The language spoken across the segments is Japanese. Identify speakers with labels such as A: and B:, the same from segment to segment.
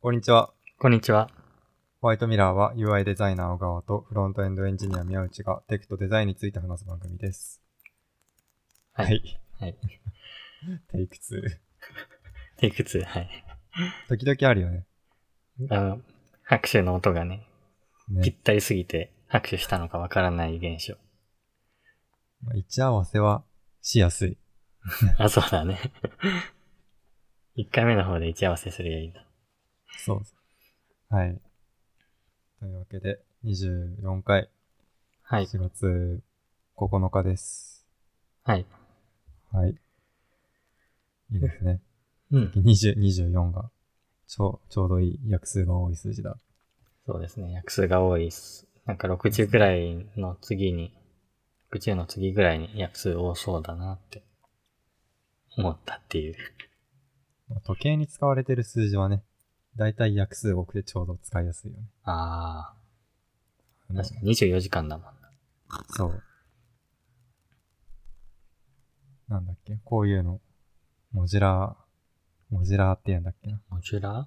A: こんにちは。
B: こんにちは。
A: ホワイトミラーは UI デザイナー小川とフロントエンドエンジニア宮内がテクとデザインについて話す番組です。
B: はい。はい。
A: テイク2。
B: テイク2、はい。
A: 時々あるよね。
B: あの、拍手の音がね、ぴっ
A: ね。
B: たりすぎて拍手したのかわからない現象。
A: まあ位置合わせはしやすい。
B: あ、そうだね。1回目の方で位置合わせすりゃいいんだ。
A: そうそう。はい。というわけで、24回、
B: はい。
A: 4月9日です。
B: はい。
A: はい。いいですね。
B: うん。
A: 20 24が、ちょう、ちょうどいい、約数が多い数字だ。
B: そうですね。約数が多いっす。なんか60くらいの次に、60の次ぐらいに約数多そうだなって思ったっていう。
A: まあ時計に使われてる数字はね、だいたい約数多くてちょうど使いやすいよね。あ
B: ああ、
A: の
B: 確かに24時間だもん。
A: そう。なんだっけこういうの。モジュラー、モジュラーって言うんだっけな。
B: モジュラ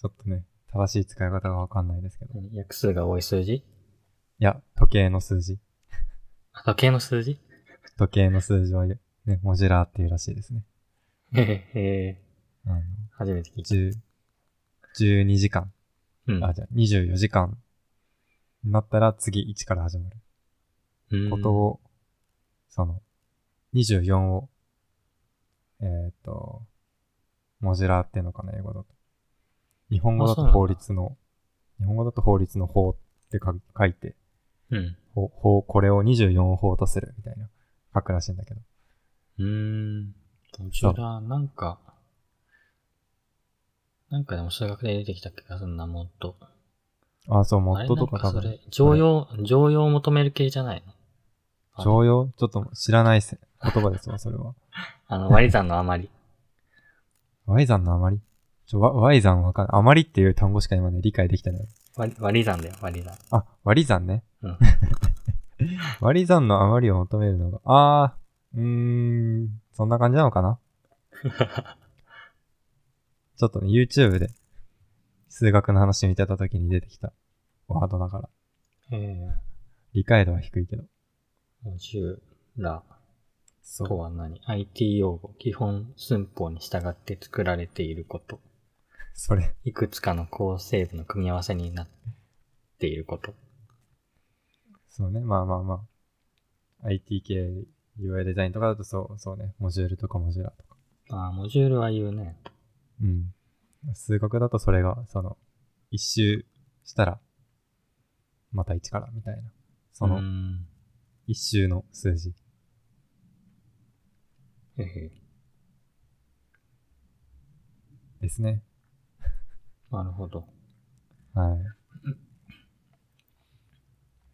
A: ちょっとね、正しい使い方がわかんないですけど。い
B: ー約数が多い数字
A: や、時計の数字。
B: あ時計の数字
A: 時計の数字は、ね、モジュラーっていうらしいですね。
B: へへへ
A: あの、
B: 初めて聞いた。
A: 10 12時間。
B: うん。
A: あ、じゃあ24時間になったら次1から始まる。
B: うん
A: ことを、その、24を、えーっと、モジュラーっていうのかな、英語だと。日本語だ
B: あそ
A: と
B: うなんだ
A: 法律の、日本語だと法律の法って書書いて、
B: うん。
A: 法、法、これを24を法とするみたいな、書くらしいんだけど。
B: うーん。モジュラー、なんか、なんかでも数学で出てきた気がするな、もっと。
A: あ、そう、
B: あ
A: モ
B: れ
A: ッドとか
B: なん
A: 多
B: かそれ
A: 分。、
B: 常用、常用を求める系じゃないのあの
A: 常用ちょっと知らないせ言葉ですわ、それは。
B: あの、割り算の余り。
A: Y 算のあまりちょ、Y 算わかんない。あまりっていう単語しか今ね、理解できてない。
B: 割り割り算だよ、割り算。
A: あ、割り算ね。
B: うん
A: 割り算の余りを求めるのが、あー、うーん、そんな感じなのか なちょっとね、YouTube で数学の話見てた時に出てきたワードだから、
B: ええ。
A: 理解度は低いけど。
B: モジュラー
A: そ
B: とは何 ?IT 用語。基本寸法に従って作られていること。
A: それ、
B: いくつかの構成部の組み合わせになっていること。
A: そうね、まあまあまあ。IT 系、UI デザインとかだとそう、そうね、モジュールとかモジュラーとか。
B: ああ、モジュールは言うね。
A: うん。数学だとそれが、その、一周したら、また1から、みたいな。そう
B: ー
A: の、
B: ん
A: 一周の数字。
B: へへ
A: ですね。
B: なるほど。
A: はい。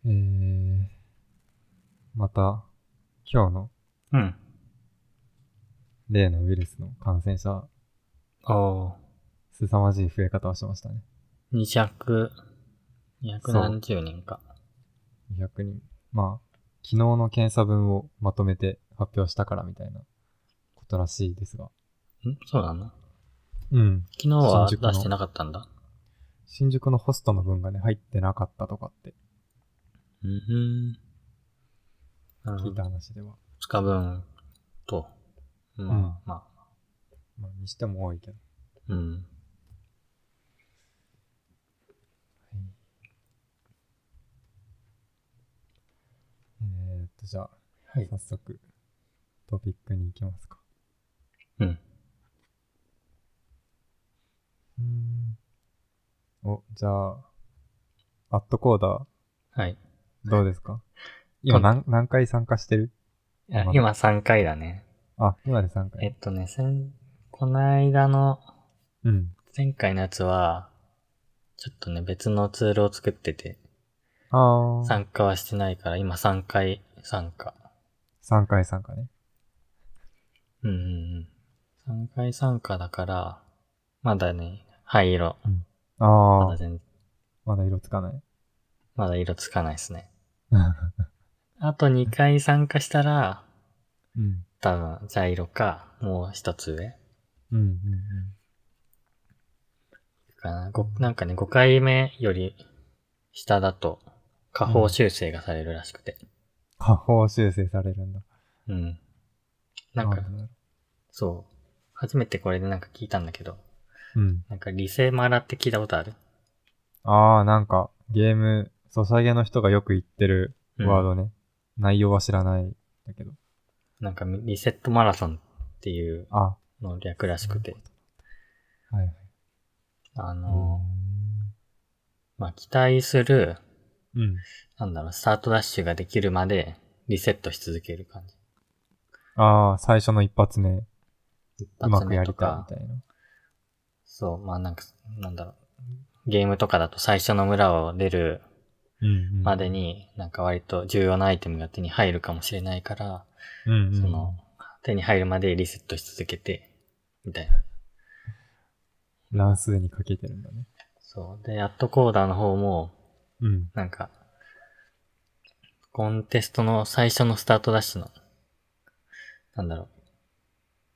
A: えー、また、今日の
B: うん。
A: 例のウイルスの感染者、
B: ああ、
A: 凄まじい増え方をしましたね。
B: 200、200何十人か。
A: 200人。まあ、昨日の検査分をまとめて発表したからみたいなことらしいですが。
B: んそうなの
A: うん。
B: 昨日は
A: 新宿の
B: 出してなかったんだ。
A: 新宿のホストの分がね、入ってなかったとかって
B: うんうん。なるほ
A: 聞いた
B: ど。
A: 話では。
B: 2日分と、まあ、
A: うん
B: まあ、
A: まあ、にしても多いけど。
B: うん。
A: えー、っと、じゃあ、
B: はい
A: 早速、トピックに行きますか。
B: うん。
A: うーん。お、じゃあ、アットコーダ
B: はい。
A: ー、どうですか今何、何回参加してる
B: いや
A: まだ
B: 今3回だね。
A: あ、今で3
B: え
A: 回。
B: っとね、先、こないだの、
A: うん。
B: 前回のやつは、ちょっとね、別のツールを作ってて、
A: あー、
B: 参加はしてないから、今3回参加。
A: 3回参加ね。
B: うんうんうん。3回参加だから、まだね、灰色。
A: あ
B: まだ
A: ー、
B: 全、
A: まだ色つかない。
B: まだ色つかないですね。あと2回参加したら、
A: うん。
B: 多分、茶色か、もう一つ上
A: うん、うん、うん。
B: かな。ごなんかね、5回目より下だと、下方修正がされるらしくて。
A: 下方修正されるんだ。
B: うん。なんか、
A: でだろ
B: そう。初めてこれでなんか聞いたんだけど、
A: ううん。
B: なんかリセマラって聞いたことある
A: ああ、なんか、ゲーム、ソシャゲの人がよく言ってるワードね。内容は知らないんだけど。
B: なんかリセットマラソンっていう
A: あ、
B: の略らしくて。
A: はいはい。
B: あの、まあ、期待する、
A: うん。
B: なんだろう、スタートダッシュができるまでリセットし続ける感じ。
A: ああ、最初の一発目、う
B: 一
A: ま
B: 発
A: く
B: 目
A: や
B: と
A: り
B: か
A: た、いみたいな。
B: そう、まあなんか、なんだろう、ゲームとかだと最初の村を出る
A: うん、うん。
B: までに、なんか割と重要なアイテムが手に入るかもしれないから、
A: うん、うん。
B: その、手に入るまでリセットし続けて、みたいな。
A: 乱数にかけてるんだね。
B: そう。で、アットコーダーの方も、
A: うん。
B: なんか、コンテストの最初のスタートダッシュの、なんだろう、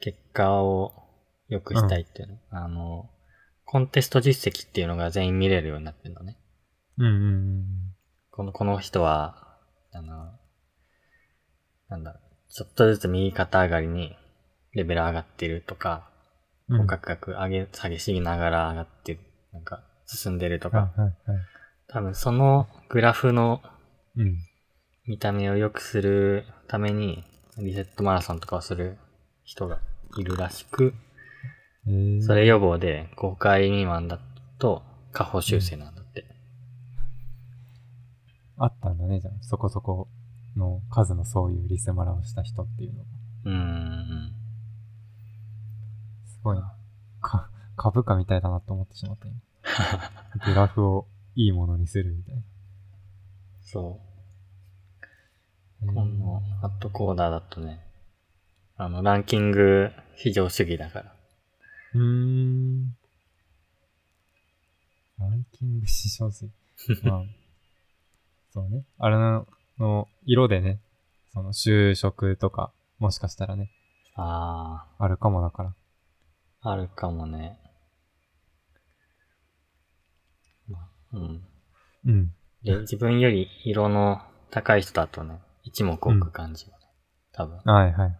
B: 結果を良くしたいっていうの、あの、コンテスト実績っていうのが全員見れるようになってるのね。
A: うん、うんうん。
B: この、この人は、あの、なんだろう、ちょっとずつ右肩上がりにレベル上がってるとか、
A: うん
B: こうカクカク上げ、下げしながら上がってる、なんか進んでると
A: あ
B: か、
A: はいはい。
B: 多分そのグラフの
A: うん。
B: 見た目を良くするために、リセットマラソンとかをする人がいるらしく、
A: えー、
B: それ予防で5回未満だと下方修正なんだって。
A: あったんだね、じゃあ。そこそこの数のそういうリセマラをした人っていうのが。
B: うーん。
A: すごいな。か、株価みたいだなと思ってしまった今。 グラフをいいものにするみたいな。
B: そ
A: え
B: う。
A: ー
B: このアットコーダーだとね、あの、ランキング非常主義だから。
A: うーん。ランキング至上水。まあ、 そうね。あれの、の色でね、その就職とか、もしかしたらね、
B: あ
A: あるかもだから。
B: あ、あるかもね。まあうん。
A: うん。
B: で、自分より色の高い人だとね、一目置く感じ、ね多分。
A: はいはいはい。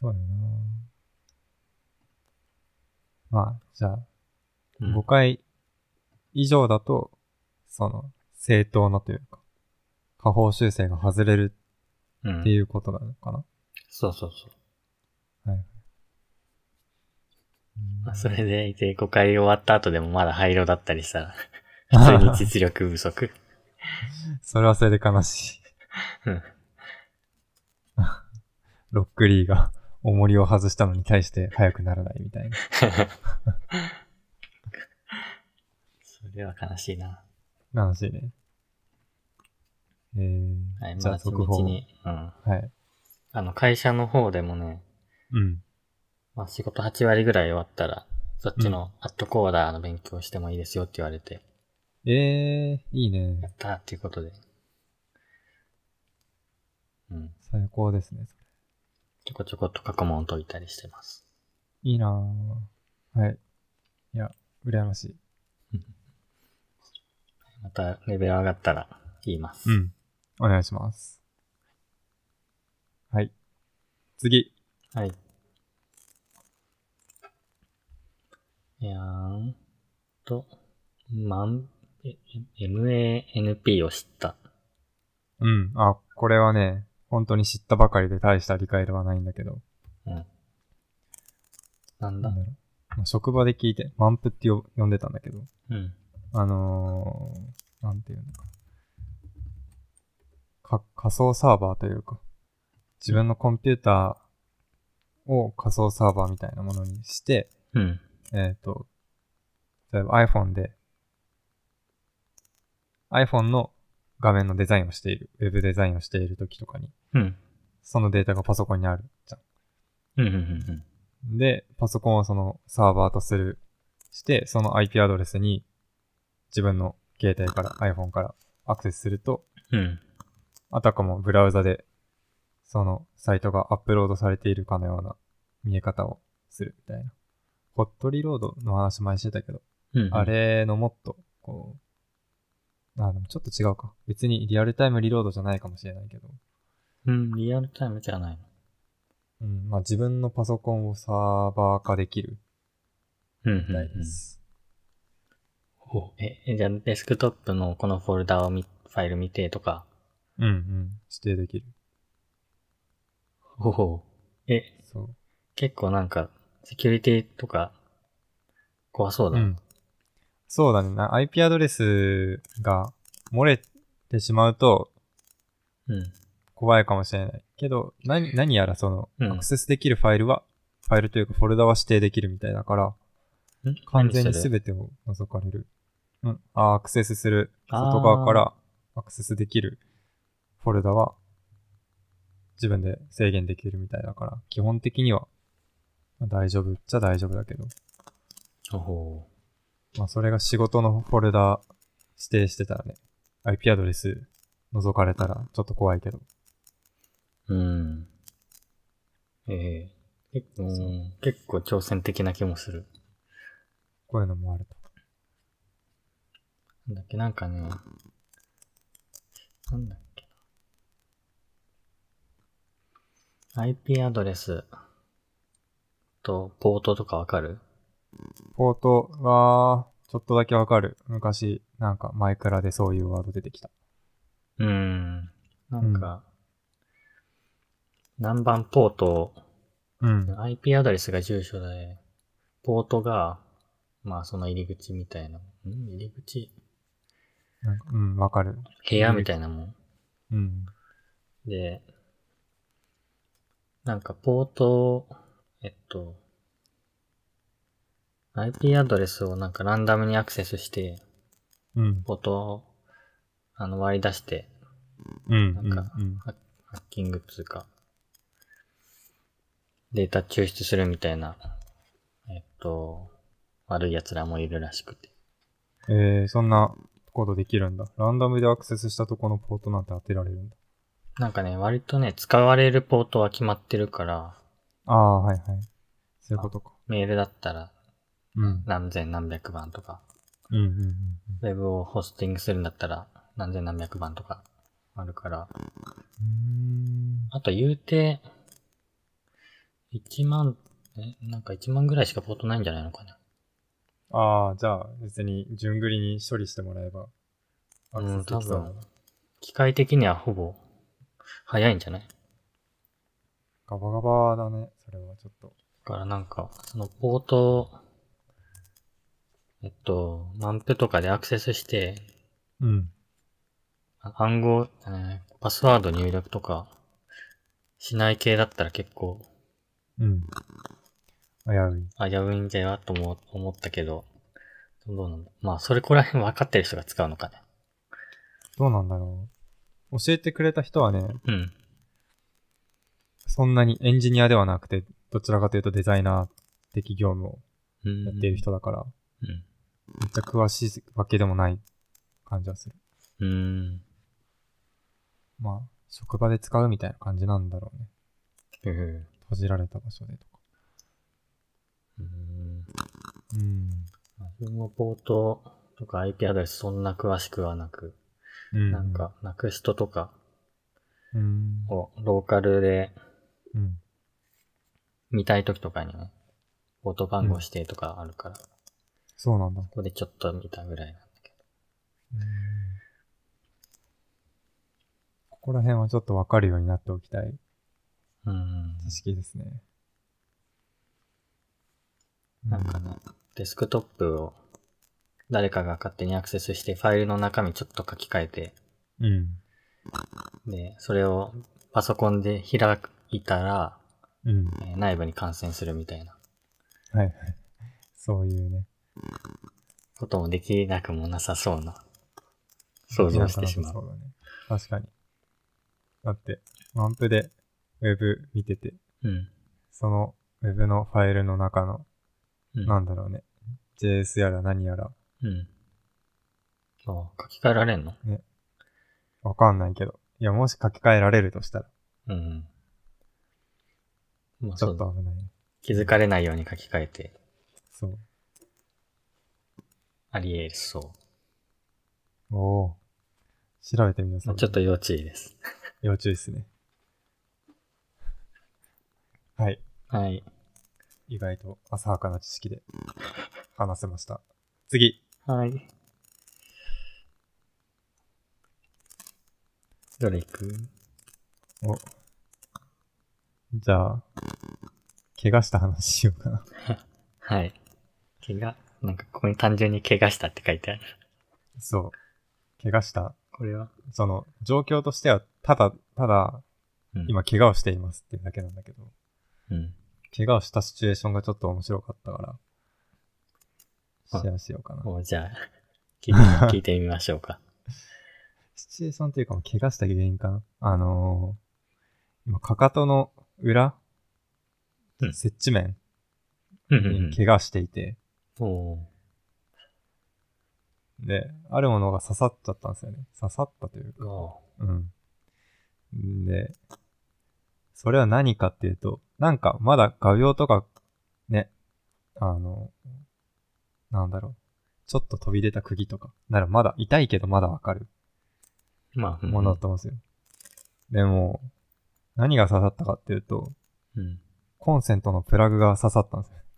A: そうよなまあ、じゃあ、
B: うん
A: 5回以上だと、その、正当なというか、下方修正が外れる
B: う
A: って
B: ん。
A: いうことなのかな、
B: そうそうそう。まあ
A: う
B: それでいて、5回終わった後でもまだ灰色だったり したら、普通に実力不足。
A: ん それはそれで悲しい
B: うん。
A: ロックリーが重りを外したのに対して速くならないみたいな。
B: それは悲しいな。
A: 悲しいね。えー、
B: はい、
A: じゃ
B: ま
A: あ
B: あ、地
A: 続報。
B: 道
A: はい。
B: に。うん。あの、会社の方でもね、
A: うん。
B: まあ、仕事8割ぐらい終わったら、そっちのアットコーダーの勉強してもいいですよって言われて、
A: えー、いいね
B: や。ったーっていうことで。うん。
A: 最高ですね。
B: ちょこちょこっと過去問解いたりしてます。
A: いいなぁ。はい。いや、羨ましい。
B: またレベル上がったら言います。
A: ん。お願いします。はい。次。
B: はい。いやーんと、まん、ええ MANP を知った。
A: うん。あ、これはね、本当に知ったばかりで大した理解ではないんだけど。
B: うん。なん
A: な
B: だ
A: んだろう。まあ職場で聞いて、満腹ってよ呼んでたんだけど。
B: うん。
A: あのー、なんていうのかな。か、仮想サーバーというか、自分のコンピューターを仮想サーバーみたいなものにして、
B: うん。
A: えっ、と、例えば iPhone で、iPhone の画面のデザインをしている、ウェブデザインをしているときとかに、
B: うん。
A: そのデータがパソコンにあるじゃ
B: うん。うん。うん。
A: ん。で、パソコンをそのサーバーとする、して、その IP アドレスに自分の携帯から iPhone からアクセスすると、
B: うん。
A: あたかもブラウザで、そのサイトがアップロードされているかのような見え方をするみたいなポットリロードの話前してたけど、
B: うん。
A: あれのもっと、こう、あ、でもちょっと違うか。別にリアルタイムリロードじゃないかもしれないけど、
B: うん、リアルタイムじゃないの。
A: うん、まあ自分のパソコンをサーバー化できる
B: うん、
A: みたい
B: うん
A: です。
B: おえ、えじゃあデスクトップのこのフォルダをみ、ファイル見てとか。
A: うん、うん、指定できる。
B: ほほう。え、
A: そう。
B: 結構なんか、セキュリティとか、怖そうだ。
A: う。ん。そうだね。な IP アドレスが漏れてしまうと
B: うん。
A: 怖いかもしれない。けど、何、何やらその、
B: うん
A: アクセスできるファイルは、ファイルというかフォルダは指定できるみたいだから、
B: ん
A: 完全に
B: 何それ
A: 全てを除かれる。うん。あーアクセスする、外側からアクセスできるフォルダは、自分で制限できるみたいだから、基本的には、まあ大丈夫っちゃ大丈夫だけど。
B: ほほう。
A: まあ、それが仕事のフォルダ指定してたらね、IP アドレス覗かれたらちょっと怖いけど。
B: うん。ええ結構、うん結構挑戦的な気もする。
A: こういうのもあると。
B: なんだっけ、なんかね、なんだっけな。IP アドレスとポートとかわかる
A: ポートは、ちょっとだけわかる。昔、なんかマイクラでそういうワード出てきた。
B: うーん。なんか、何番ポートを
A: うん。
B: IP アドレスが住所で、ポートが、まあその入り口みたいな。ん入り口
A: なんかうん、わかる。
B: 部屋みたいなもん。
A: うん。
B: で、なんかポート、えっと、IP アドレスをなんかランダムにアクセスして、
A: うん。
B: ポートをあの割り出して、
A: うん。
B: なんか
A: うんうん
B: ハッハッキングっつうか、データ抽出するみたいな、えっと、悪い奴らもいるらしくて。
A: えー、そんなことできるんだ。ランダムでアクセスしたとこのポートなんて当てられるんだ。
B: なんかね、割とね、使われるポートは決まってるから、
A: ああ、はいはい。そういうことか。
B: メールだったら
A: うん。
B: 何千何百番とか、
A: うんうんうん。
B: ウェブをホスティングするんだったら何千何百番とかあるから、
A: うん。
B: あと言うて、1万、え、なんか1万ぐらいしかポートないんじゃないのかな。
A: ああ、じゃあ別に順繰りに処理してもらえば。ア
B: う
A: クセ
B: ん、
A: ス
B: 多
A: できそう
B: 分、機械的にはほぼ早いんじゃない
A: ガバガバだね、それはちょっと。
B: だからなんか、そのポートを、えっと、マンプとかでアクセスして、
A: うん。
B: あ暗号、えーパスワード入力とかしない系だったら結構
A: うん。危うい。
B: 危ういんだよとも思ったけど、どうなんだ。まあ、それこら辺分かってる人が使うのかね。
A: どうなんだろう。教えてくれた人はね、
B: うん。
A: そんなにエンジニアではなくて、どちらかというとデザイナー的業務を
B: うん
A: やっている。人だから、
B: うん。
A: めっちゃ詳しいわけでもない感じはする。
B: うん。
A: まあ、職場で使うみたいな感じなんだろうね。
B: うん。
A: 閉じられた場所でとか。
B: うん。
A: うん。
B: 自分もポートとか IP アドレスそんな詳しくはなく、
A: うん。
B: なんか、なく人とか
A: うん。
B: をローカルで
A: うん。
B: 見たい時とかにね、ポート番号指定とかあるから、こ
A: そうなんだ。
B: こでちょっと見たぐらいなんだけ
A: うんここら辺はちょっとわかるようになっておきたい
B: ど。うん。
A: 知識ですね。
B: なんかね、デスクトップを誰かが勝手にアクセスしてファイルの中身ちょっと書き換えて、
A: うん。
B: で、それをパソコンで開いたら、
A: うん。
B: えー内部に感染するみたいな
A: はいはい。そういうね。
B: こともできなくもなさそうな想像をしてしま。
A: そううだね。確かに。だって、マンプでウェブ見てて、
B: うん。
A: そのウェブのファイルの中の、
B: うん。
A: なんだろうね。JS やら何やら、
B: うん。そう、書き換えられんの
A: わかんないけど。いや、もし書き換えられるとしたら、
B: うん。まあ
A: ち
B: そ
A: ょっ
B: うだ。
A: と危ないね。
B: 気づかれないように書き換えて。
A: そう。
B: あり得そ
A: おおー。調べてみよう、
B: う。まあちょっと要注意です。
A: 要注意ですね。はい。
B: はい。
A: 意外と浅はかな知識で話せました。次。
B: はい。どれ行く
A: お。じゃあ、怪我した話しようかな。
B: はい。怪我。なんかここに単純に怪我したって書いてある。
A: そう。怪我した。
B: これは、
A: その、状況としては、ただ、ただ、
B: うん、
A: 今怪我をしていますっていうだけなんだけど、
B: うん。
A: 怪我をしたシチュエーションがちょっと面白かったから、
B: あ
A: シェアしようかな。
B: おじゃあ、聞 いて聞いてみましょうか。
A: シチュエーションというか、怪我した原因かな。あのー、今、かかとの裏、
B: うん
A: 接地面
B: うんうんうん
A: に怪我していて、
B: おー
A: で、あるものが刺さっちゃったんですよね。刺さったというか。
B: おー
A: うん。で、それは何かっていうと、なんかまだ画鋲とか、ね、あの、なんだろう。ちょっと飛び出た釘とか。ならまだ、痛いけどまだわかる
B: まあ、うん
A: ものだと思うんですよ。でも、何が刺さったかっていうと、
B: うん。
A: コンセントのプラグが刺さったんですよ。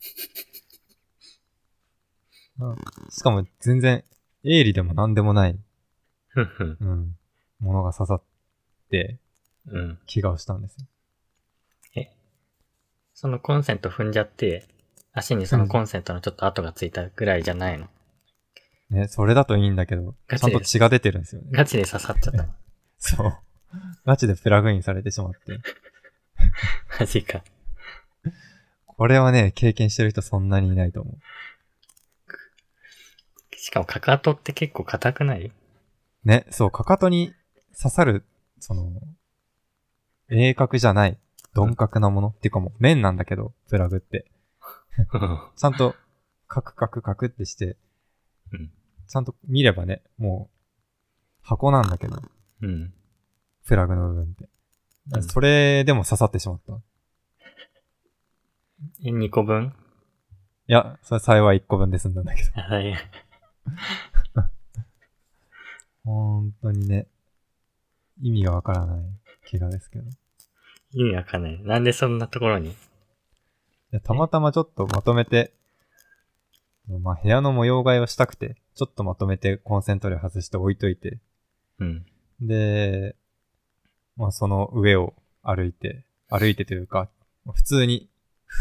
A: うんしかも全然、鋭利でも何でもない、
B: ふんふん。
A: うん、ものが刺さって、
B: うん。
A: 怪我をしたんですよ。
B: そのコンセント踏んじゃって、足にそのコンセントのちょっと跡がついたぐらいじゃないの。
A: ね、それだといいんだけど、
B: ガ
A: ち
B: チ
A: ゃん
B: で
A: と血が出てるんですよね。
B: ガチで刺さっちゃったの。
A: そう。ガチでプラグインされてしまって。
B: マジか。
A: これはね、経験してる人そんなにいないと思。
B: しかもかかとって結構硬くないう
A: ね、そう、かかとに刺さる、その、鋭角じゃない、鈍角なもの、っていうかもう、面なんだけど、プラグって。
B: うん
A: ちゃんと、カクカクカクってして、
B: うん
A: ちゃんと見ればね、もう、箱なんだけど、
B: うん。
A: プラグの部分って。
B: うん
A: それでも刺さってしまった。い
B: え、2個分
A: や、それ幸い1個分で済んだんだけど。
B: あはい。
A: 本当にね、意味がわからない怪我ですけど。い
B: 意味わかんない。なんでそんなところに
A: やたまたまちょっとまとめて、まあ部屋の模様替えをしたくて、ちょっとまとめてコンセントレ外して置いといて、
B: うん。
A: で、まあその上を歩いて、歩いてというか、普通に、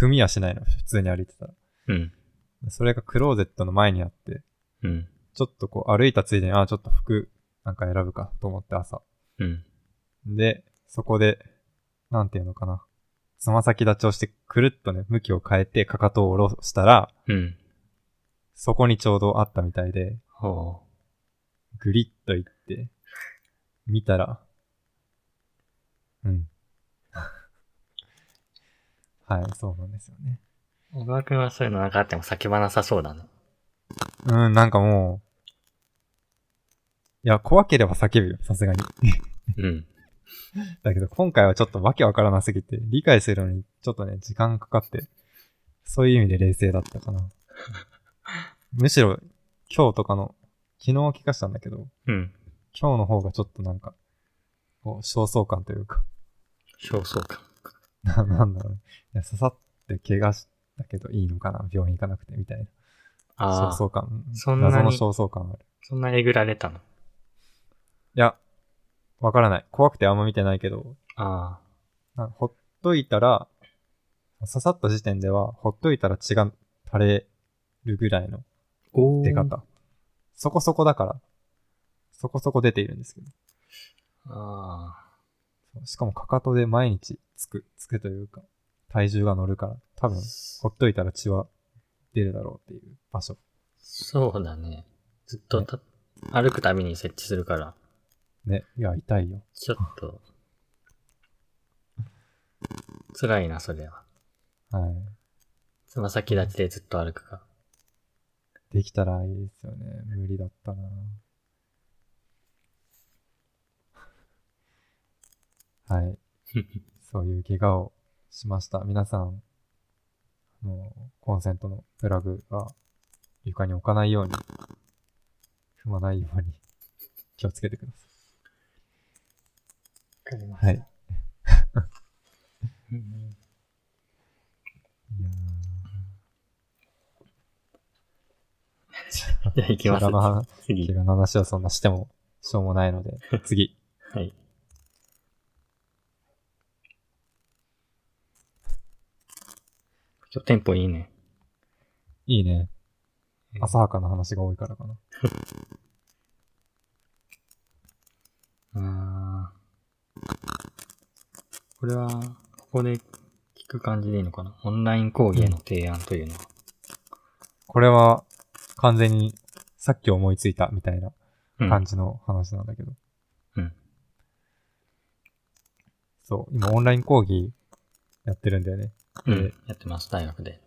A: 踏みはしないの、普通に歩いてたら。
B: うん。
A: それがクローゼットの前にあって、
B: うん。
A: ちょっとこう歩いたついでに、ああ、ちょっと服なんか選ぶかと思って朝、
B: うん。
A: で、そこで、なんていうのかな。つま先立ちをして、くるっとね、向きを変えて、かかとを下ろしたら、
B: うん。
A: そこにちょうどあったみたいで、
B: ほ
A: ぐりっといって、見たら、うん。 はい、そうなんですよね。
B: う。小川くんはそういうのなんかあっても叫ばなさそうだね。
A: うん、なんかもう、いや、怖ければ叫ぶよ、さすがに。
B: うん。
A: だけど今回はちょっとわけわからなすぎて、理解するのにちょっとね、時間かかって、そういう意味で冷静だったかな。むしろ、今日とかの、昨日聞かしたんだけど、
B: うん。
A: 今日の方がちょっとなんか、こう、焦燥感というか、
B: 焦燥感。
A: ななんだろうね。いや刺さって怪我したけどいいのかな病院行かなくてみたいな。
B: ああ。
A: 焦燥感。
B: そんなに
A: 謎の焦燥感ある。
B: そんなえぐられたの。
A: いや、わからない。怖くてあんま見てないけど、
B: ああ。
A: なほっといたら、刺さった時点では、ほっといたら血が垂れるぐらいの
B: お
A: 出方。そこそこだから、そこそこ出ているんですけど。
B: ああ。
A: そうしかもかかとで毎日つく、つくというか、体重が乗るから、多分、ほっといたら血は出るだろうっていう場所。
B: そうだね。ずっとた、歩くたびに設置するから、
A: ね。いや、痛いよ。
B: ちょっと、辛いな、それは。
A: はい。
B: つま先立ちでずっと歩くか。
A: できたらいいですよね。無理だったな はい。そういう怪我をしました。皆さん、もうコンセントのプラグが床に置かないように、踏まないように 気をつけてくださ
B: かりま
A: い。
B: す。。
A: はい い。
B: うんじゃあ行きます
A: 怪我の話
B: 次。
A: 怪我の話はそんなしても、しょうもないので、次。
B: はい。今日テンポいいね。
A: いいね
B: う。ん
A: 浅はかな話が多いからかな。
B: あーこれは、ここで聞く感じでいいのかなオンライン講義への提案というのは。
A: これは、完全に、さっき思いついたみたいな
B: うん。
A: 感じの話なんだけど。
B: うん。
A: そう、今オンライン講義やってるんだよね。
B: うんやってます、大学で。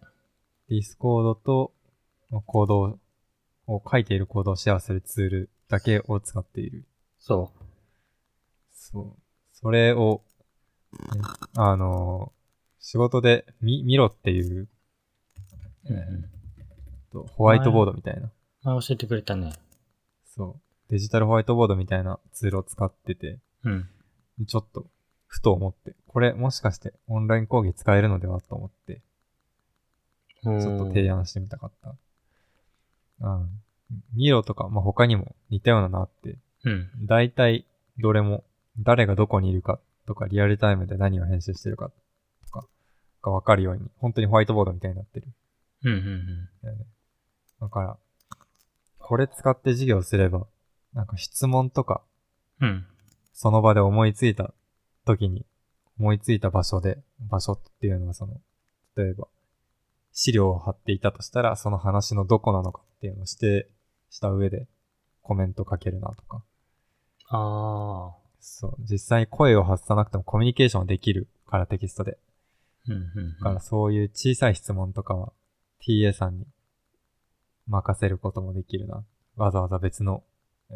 A: ディスコードと、コードを書いているコードをシェアするツールだけを使っている。
B: そ
A: そう。それを、ねあのー仕事で見、見ろっていう、
B: う。うんうん。
A: とホワイトボードみたいな。
B: 前教えてくれたね。
A: そう。デジタルホワイトボードみたいなツールを使ってて、
B: うん。
A: ちょっと、ふと思って、これもしかしてオンライン講義使えるのではと思って、
B: ちょ
A: ちょっと提案してみたかった。うん。ミロとか、まあ、他にも似たようなのあって、
B: うん。
A: 大体どれも、誰がどこにいるかとか、リアルタイムで何を編集してるかとかがわかるように、本当にホワイトボードみたいになってる。
B: うんうんうん。
A: だから、これ使って授業すれば、なんか質問とか、
B: うん。
A: その場で思いついた時に、思いついた場所で、場所っていうのはその、例えば、資料を貼っていたとしたら、その話のどこなのかっていうのを指定した上で、コメントかけるなとか。
B: あ
A: そう、実際声を発さなくてもコミュニケーションはできるからテキストで。
B: ー。うんうん
A: だからそういう小さい質問とかは TA さんに任せることもできるな。わざわざ別の、え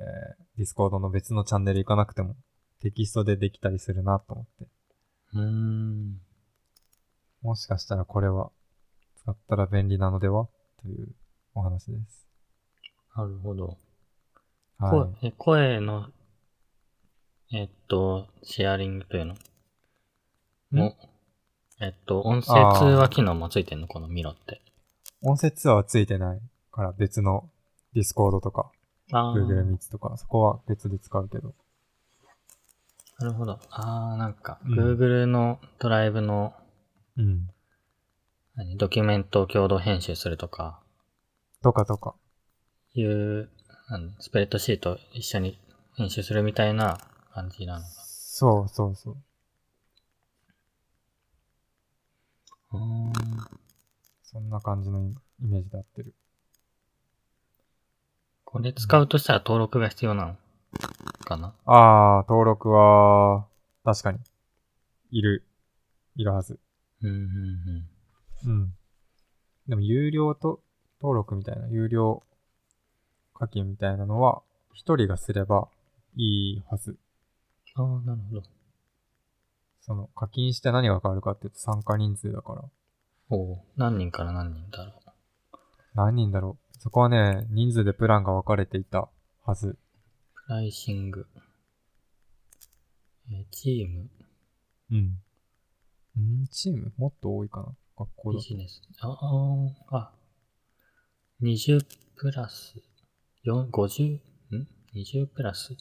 A: ー、Discord の別のチャンネル行かなくてもテキストでできたりするなと思って。
B: うん。うーん。
A: もしかしたらこれは使ったら便利なのではというお話です。
B: なるほど。
A: は
B: 声え声の、えっと、シェアリングというの
A: ん
B: おえっと、音声
A: あー
B: 通話機能もついてんのこのミロって。
A: い。音声通話はついてないから別の Discord とか
B: ああ、
A: Google
B: な
A: Meet とかそこは別で使うけど。
B: るほど。ああ、なんか、
A: うん
B: Google のドライブの、
A: うん。
B: 何ドキュメントを共同編集するとか、
A: とかとか。
B: いう、何スプレッドシート一緒に編集するみたいな感じなのか。
A: そうそうそう。
B: うーん
A: そんな感じのイイメージで合ってる。
B: これ使うとしたら登録が必要なのかな
A: あー、登録は、確かに、いる、いるはず。
B: うん、うん、うん。
A: うん。でも、有料と、登録みたいな、有料課金みたいなのは、一人がすればいいはず。
B: ああ、なるほど。
A: その、課金して何が変わるかって言うと、参加人数だから。
B: おお何人から何人だろ
A: 何人だろう。そこはね、人数でプランが分かれていたはず。
B: う。プライシング。えーチーム、
A: うん。うん、チームもっと多いかな。学校だ
B: ビ
A: と。
B: ジネス。ああー、あ、20プラス、4 50? ん ?20 プラス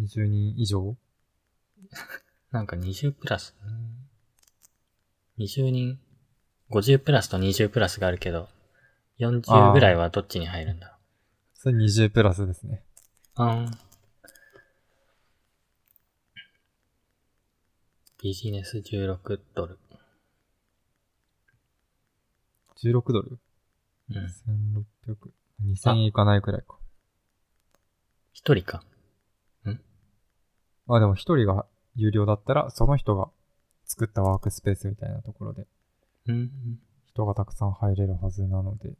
A: 20人以上
B: なんか20プラス。ん20人、50プラスと20プラスがあるけど、40ぐらいはどっちに入るんだろう
A: それ20プラスですね。
B: うん。ビジネス16ドル。
A: 16ドル
B: うん。
A: 1600。2000円いかないくらいか。
B: 一人か。
A: まあでも一人が有料だったら、その人が作ったワークスペースみたいなところで、
B: うん。
A: 人がたくさん入れるはずなので、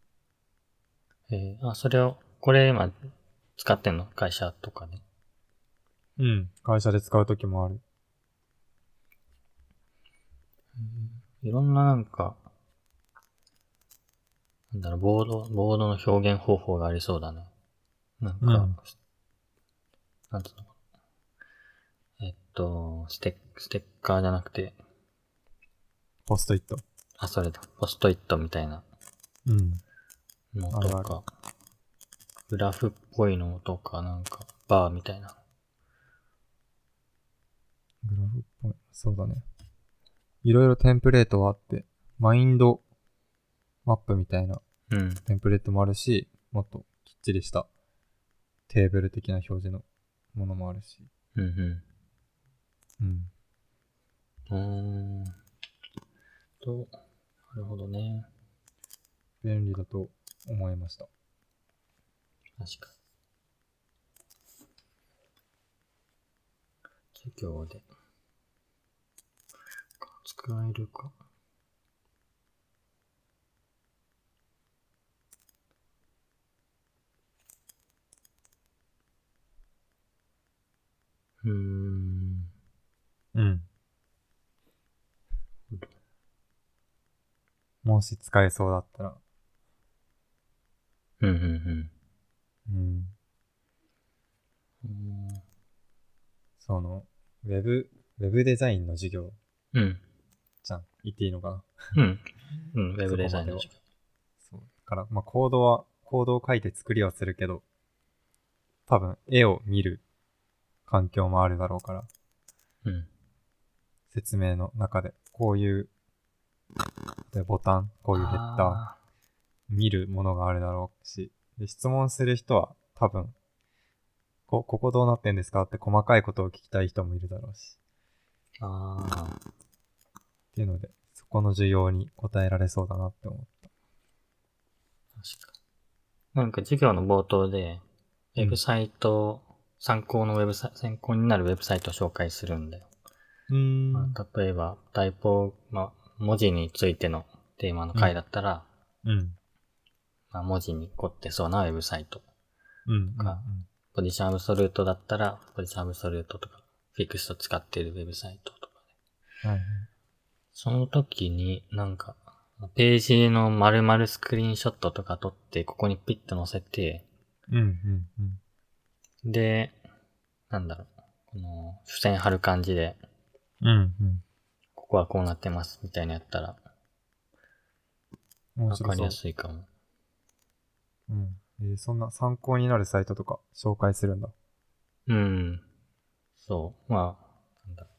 B: えーあ、それを、これ今、使ってんの会社とかね。
A: うん。会社で使うときもある。
B: いろんななんか、なんだろう、ボード、ボードの表現方法がありそうだね。なんか、
A: うん
B: なんつうのかなえっと、ステッ、ステッカーじゃなくて、
A: ポストイット。
B: あ、それだ、ポストイットみたいな
A: うん。
B: の
A: あ
B: と
A: るある
B: か、グラフっぽいのとか、なんか、バーみたいな。
A: グラフっぽい。そうだね。いろいろテンプレートはあって、マインドマップみたいな
B: うん。
A: テンプレートもあるし、もっときっちりしたテーブル的な表示のものもあるし。
B: うんうん。
A: うん。
B: うーん。と、なるほどね。
A: 便利だと思いました。
B: 確かに。授業で。使えるか。うーん。
A: うん。もし使えそうだったら、
B: うんうんうん
A: うん。その、ウェブ、ウェブデザインの授業
B: うん。うん。
A: じゃん。言っていいのかな
B: うん。うん。ウェブデザインの授業。
A: そう。だから、まあ、コードは、コードを書いて作りはするけど、多分、絵を見る環境もあるだろうから、
B: うん。
A: 説明の中で、こういう、例えばボタン、こういうヘッダー、
B: あ
A: 見るものがあるだろうし、で質問する人は多分、こ、ここどうなってんですかって細かいことを聞きたい人もいるだろうし、
B: ー。あー
A: っていうので、そこの需要に応えられそうだなって思った。
B: 確か。なんか授業の冒頭で、ウ
A: うん
B: ェブサイトを、参考のウェブサイト、参考になるウェブサイトを紹介するんだよ。
A: うーん
B: まあ、例えば、タイポ、まあ、文字についてのテーマの回だったら、
A: うん。
B: まあ、文字に凝ってそうなウェブサイト。
A: うん。
B: かポジションアブソルートだったら、ポジションアブソルートとか、フィクスト使っているウェブサイトとか。
A: うんはい。
B: その時になんか、ページの丸々スクリーンショットとか撮って、ここにピッと載せて、
A: うん、うん、うん。
B: で、なんだろう、この、付箋貼る感じで、
A: うん、うん。
B: ここはこうなってます、みたいなやったら、
A: 面
B: わ
A: 白
B: かり
A: そ
B: や
A: う。
B: すいかも。
A: うん。えーそんな参考になるサイトとか紹介するんだ。
B: うん。そう。まあ、なんだろう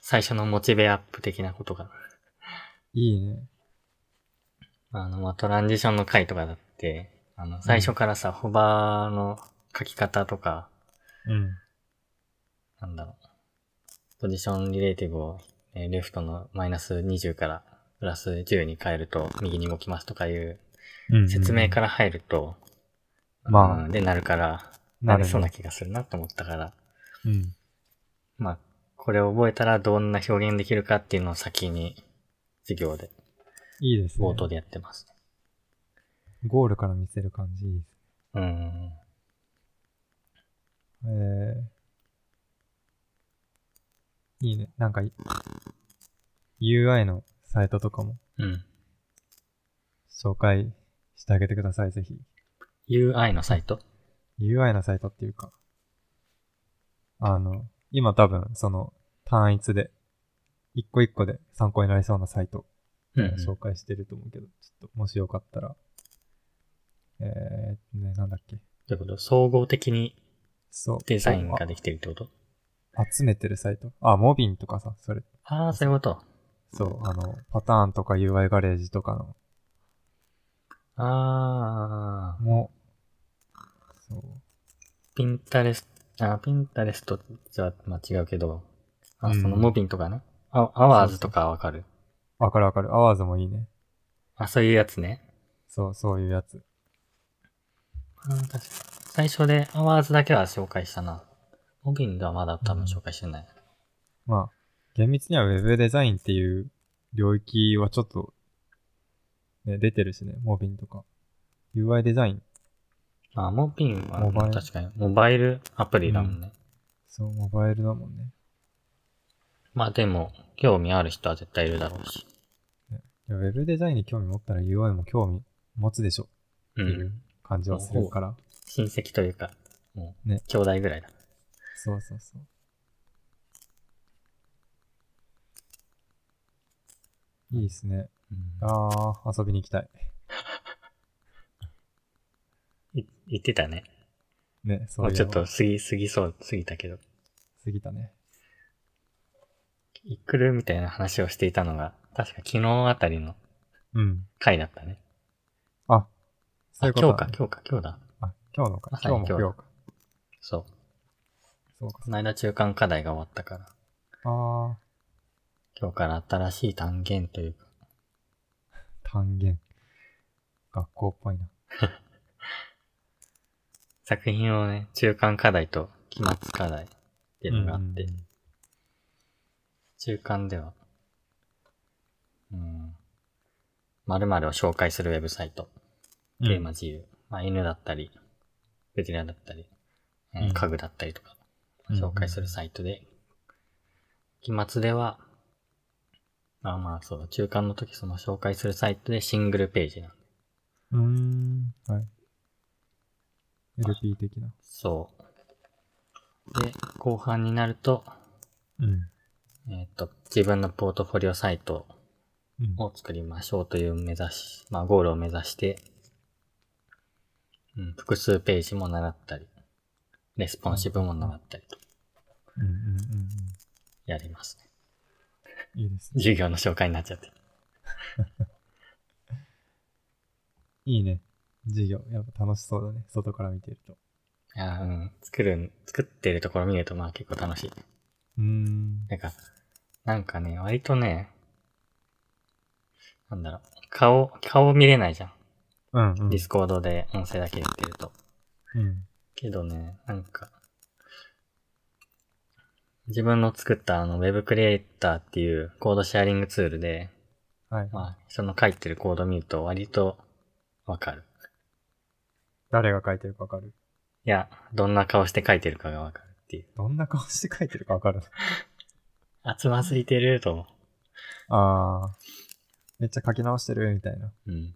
B: 最初のモチベアップ的なことか
A: いいね。
B: な。あの、まあ、トランジションの回とかだって、あの、最初からさ、ホバーの書き方とか、
A: うん。
B: なんだろう。ポジションリレーティブを、えーレフトのマイナス20からプラス10に変えると右に動きますとかいう
A: うん。
B: 説明からら入ると、
A: まあ
B: うんで、なるから、
A: な
B: な
A: る
B: りそう
A: ね
B: な。気がするなと思ったから、
A: うん。
B: まあ、これを覚えたらどんな表現できるかっていうのを先に、授業で、
A: いいですね。
B: 冒頭でやってます、
A: ゴールから見せる感じいいです。
B: うん。
A: えー、いいね。なんかい、UI のサイトとかも
B: うん。
A: 紹介してあげてください、ぜひ。
B: UI のサイト
A: UI のサイトっていうか、あの、今多分、その、単一で、一個一個で参考になりそうなサイト、
B: うん
A: 紹介してると思うけど、ちょっと、もしよかったら、えー、ね、なんだっけ。
B: ということ総合的に
A: そう。
B: デザインができてるってこと
A: あ集めてるサイト。あ、モビンとかさ、それ。
B: ああ、そういうこと。
A: そう、あの、パターンとか UI ガレージとかの、
B: ああ、
A: も、そう。
B: ピンタレスト、あーピンタレストじゃ、まあ、違うけど、あ、
A: うん
B: そのモビンとかね。あ、アワーズとかわかる。
A: わかるわかる。アワーズもいいね。
B: あ、そういうやつね。
A: そう、そういうやつ。
B: あー確かに最初でアワーズだけは紹介したな。モビンではまだ多分紹介してない。
A: まあ、厳密には Web デザインっていう領域はちょっと、ね、出てるしね、モビンとか。UI デザイン、
B: まあ、モビンは
A: モバイル
B: 確かにモバイルアプリだもんね。
A: そう、モバイルだもんね。
B: まあでも、興味ある人は絶対いるだろうし。
A: ウェブデザインに興味持ったら UI も興味持つでしょ
B: う
A: ってい
B: ん
A: う。感じはするから。
B: 親戚というか、もう、
A: ね
B: 兄弟ぐらいだ。
A: そうそうそう。いいですね。ああ、遊びに行きたい。
B: い言ってたね。
A: ね、そ
B: も
A: ういうう
B: ちょっと過ぎ、過ぎそう、過ぎたけど。
A: 過ぎたね。
B: いくるみたいな話をしていたのが、確か昨日あたりの
A: うん。
B: 回だったね。
A: あ、そうい
B: あ
A: うこ
B: 今
A: とだ
B: 日か
A: ね、
B: 今日か、今日だ。
A: あ、今日のか。
B: まさに
A: 今日も今日か。
B: そう。
A: そうか。
B: この間中間課題が終わったから、
A: ああ、
B: 今日から新しい単元というか、
A: 単元。学校っぽいな。
B: 作品をね、中間課題と期末課題っていうのがあって、
A: うん
B: 中間では、うん、〇〇を紹介するウェブサイト、
A: うん
B: テーマ自由、まあ犬だったり、クジラだったり、うん
A: うん
B: 家具だったりとか、
A: うん
B: 紹介するサイトで、期末では、あまあそうだ、中間の時その紹介するサイトでシングルページなんで
A: うーん、はい。LP 的な。
B: そう。で、後半になると、
A: うん。
B: えっ、と、自分のポートフォリオサイト
A: うん。
B: を作りましょうという目指し、まあ、ゴールを目指して、うん、複数ページも習ったり、レスポンシブも習ったりと
A: うんうんうん
B: やりますね。
A: うん。いいですね。
B: 授業の紹介になっちゃって。
A: いいね。授業。やっぱ楽しそうだね。外から見てると。
B: いやーうん、作るん、作ってるところ見ると、まあ結構楽しい。
A: うーん。
B: なんか、なんかね、割とね、なんだろう、顔、顔見れないじゃ
A: うんうん
B: ん。ディスコードで音声だけ言ってると。
A: うん。
B: けどね、なんか、自分の作ったあの Web クリエイターっていうコードシェアリングツールで、
A: はい。
B: まあ、人の書いてるコード見ると割とわかる。
A: 誰が書いてるかわかる。
B: いや、どんな顔して書いてるかがわかるっていう。
A: どんな顔して書いてるかわかる。
B: 集ますぎてると思
A: ああ。めっちゃ書き直してるみたいな。
B: う。うん。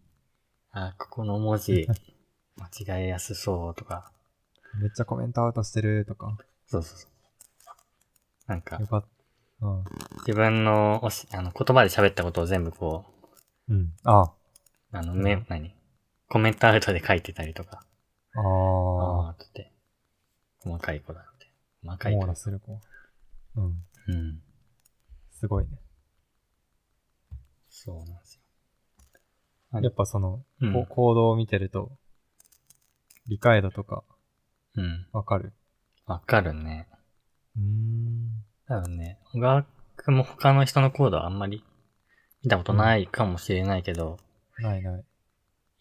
B: あ、ここの文字、間違えやすそうとか。
A: めっちゃコメントアウトしてるとか。
B: そうそうそう。なんか
A: よ、かった。うん。
B: 自分のおしあの言葉で喋ったことを全部こ
A: うん。ああ。
B: う、あの、め、何コメントアウトで書いてたりとか。
A: ああ。
B: ああ、つって。細かい子だって。細かい
A: 網
B: 子
A: 羅。する子。うん。
B: うん。
A: すごいね。
B: そうなんですよ。はい
A: やっぱその、
B: う。
A: こうん行動を見てると、理解度とか
B: うん。
A: わかる。
B: わかるね。
A: うーん。
B: 多分ね、小川くんも他の人のコードはあんまり見たことないかもしれないけど、
A: ないない。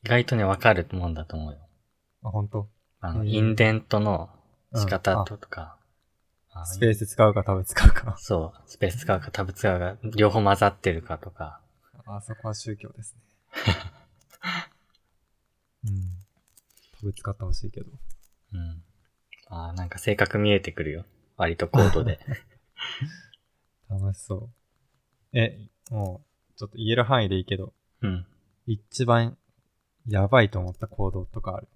B: 意外とね、わかるもんだと思うよ。
A: あ、ほんと。
B: あの、
A: へえ
B: インデントの仕
A: うん
B: 方
A: あ
B: とか、あの
A: スペース使うか多分使う か。
B: そう、スペース使うかタブ使うか、両方混ざってるかとか、
A: あそこは宗教ですね。うん。多分使ってほしいけど。
B: うん。ああ、なんか性格見えてくるよ。割とコード で。
A: 楽しそう。え、もう、ちょっと言える範囲でいいけど、
B: うん。
A: 一番やばいと思った行動とかある。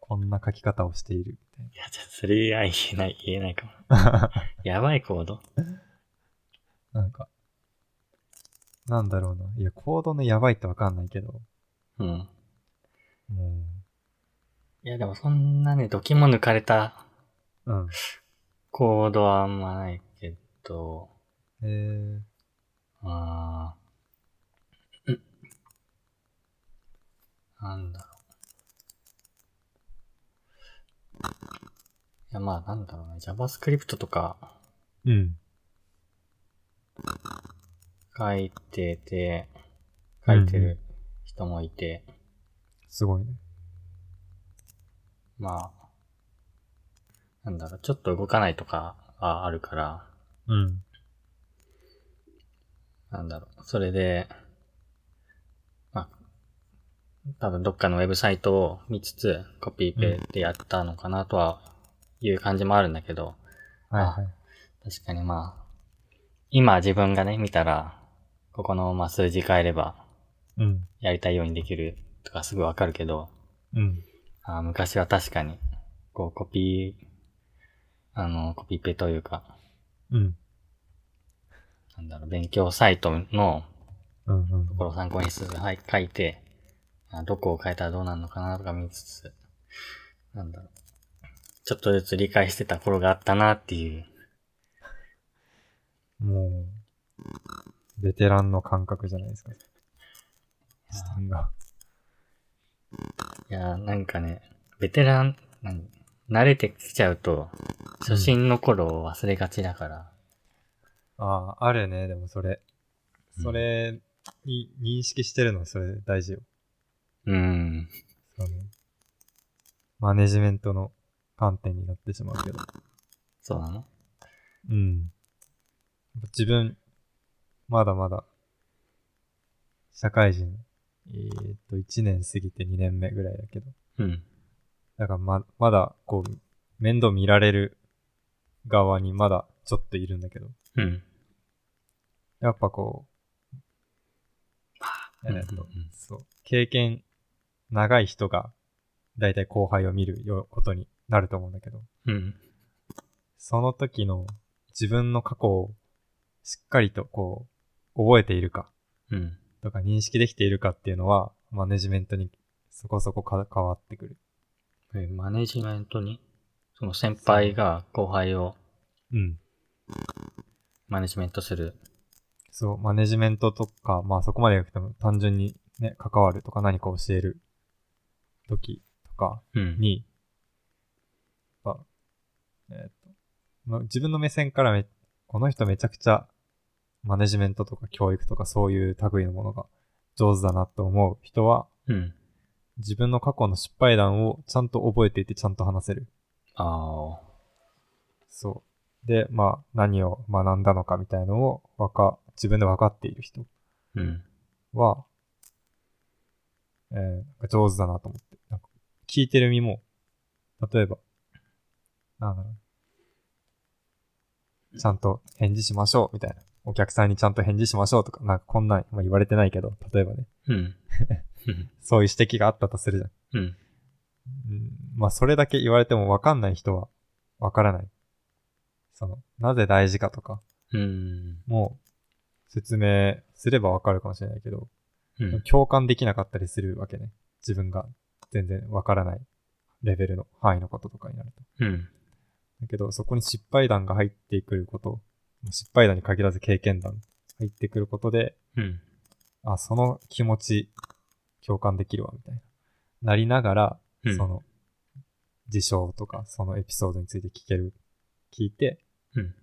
A: こんな書き方をしているみ
B: いや、ちょっとそれは言えない、言えないかも。
A: たいな。
B: やばいコード
A: なんか、なんだろうな。いや、行動のやばいってわかんないけど、
B: うん。
A: も
B: いや、でもそんなね、ドキも抜かれた
A: う、うん。
B: コードはあんまないけど、
A: えー、
B: あーうんなんだろう。いや、まあ、なんだろうね。JavaScript とか
A: うん。
B: 書いてて、書いてる人もいて、
A: すごいね。
B: まあ、なんだろう、ちょっと動かないとかがあるから、
A: うん。
B: なんだろう、それで、まあ、多分どっかのウェブサイトを見つつ、コピーペーってやったのかなとは、いう感じもあるんだけど、
A: はいはい。
B: 確かにまあ、今自分がね、見たら、ここのまあ数字変えれば、
A: うん。
B: やりたいようにできるとかすぐわかるけど、
A: うん。
B: あー昔は確かに、こうコピー、あの、コピペというか、
A: うん。
B: なんだろう、勉強サイトの
A: うん。うん
B: ところを参考にしつつ、はい、書いて、あどこを変えたらどうなるのかなとか見つつ、なんだろう、ちょっとずつ理解してた頃があったなっていう、
A: もう、ベテランの感覚じゃないですか。視点が。
B: いやー、なんかね、ベテラン、何慣れてきちゃうと、初心の頃を忘れがちだから、
A: ああ、あるね、でもそれ。
B: うん
A: それに認識してるの、それ大事よ。
B: うーん、
A: そのマネジメントの観点になってしまうけど。
B: そうなの
A: うん。自分、まだまだ、社会人、えーっと、1年過ぎて2年目ぐらいだけど。
B: うん。
A: だからま、まだ、こう、面倒見られる側にまだちょっといるんだけど。
B: うん。
A: やっぱこう、
B: うん
A: えーっと
B: うんうん
A: そう、経験長い人が、だいたい後輩を見るよことになると思うんだけど、
B: うん。
A: その時の自分の過去をしっかりとこう、覚えているか
B: うん。
A: とか認識できているかっていうのは、マネジメントにそこそこか変わってくる。
B: えマネジメントに、その先輩が後輩を
A: うん。
B: マネジメントする。
A: そう、マネジメントとか、まあそこまでなくても単純にね、関わるとか何か教える時とか、
B: うん。
A: に、あえーっとま自分の目線からめ、この人めちゃくちゃマネジメントとか教育とかそういう類のものが上手だなと思う人は、
B: うん。
A: 自分の過去の失敗談をちゃんと覚えていてちゃんと話せる。
B: ああ。
A: そう。で、まあ、何を学んだのかみたいのをわか、自分で分かっている人
B: うん。
A: は、えーなんか上手だなと思って。なんか聞いてる身も、例えば、なんだろう。ちゃんと返事しましょう、みたいな。お客さんにちゃんと返事しましょうとか、なんかこんなん、まあ、言われてないけど、例えばね、
B: うん。うん
A: そういう指摘があったとするじゃん。
B: うん。
A: うん、まあ、それだけ言われてもわかんない人は、わからない。その、なぜ大事かとか、
B: うん。
A: もう、説明すればわかるかもしれないけど、
B: うん。
A: 共感できなかったりするわけね。自分が全然わからないレベルの範囲のこととかになると。
B: うん。
A: だけど、そこに失敗談が入ってくること、失敗談に限らず経験談入ってくることで、
B: うん。
A: あ、その気持ち共感できるわ、みたいな。なりながら、
B: うん
A: その、事象とか、そのエピソードについて聞ける、聞いて、
B: うん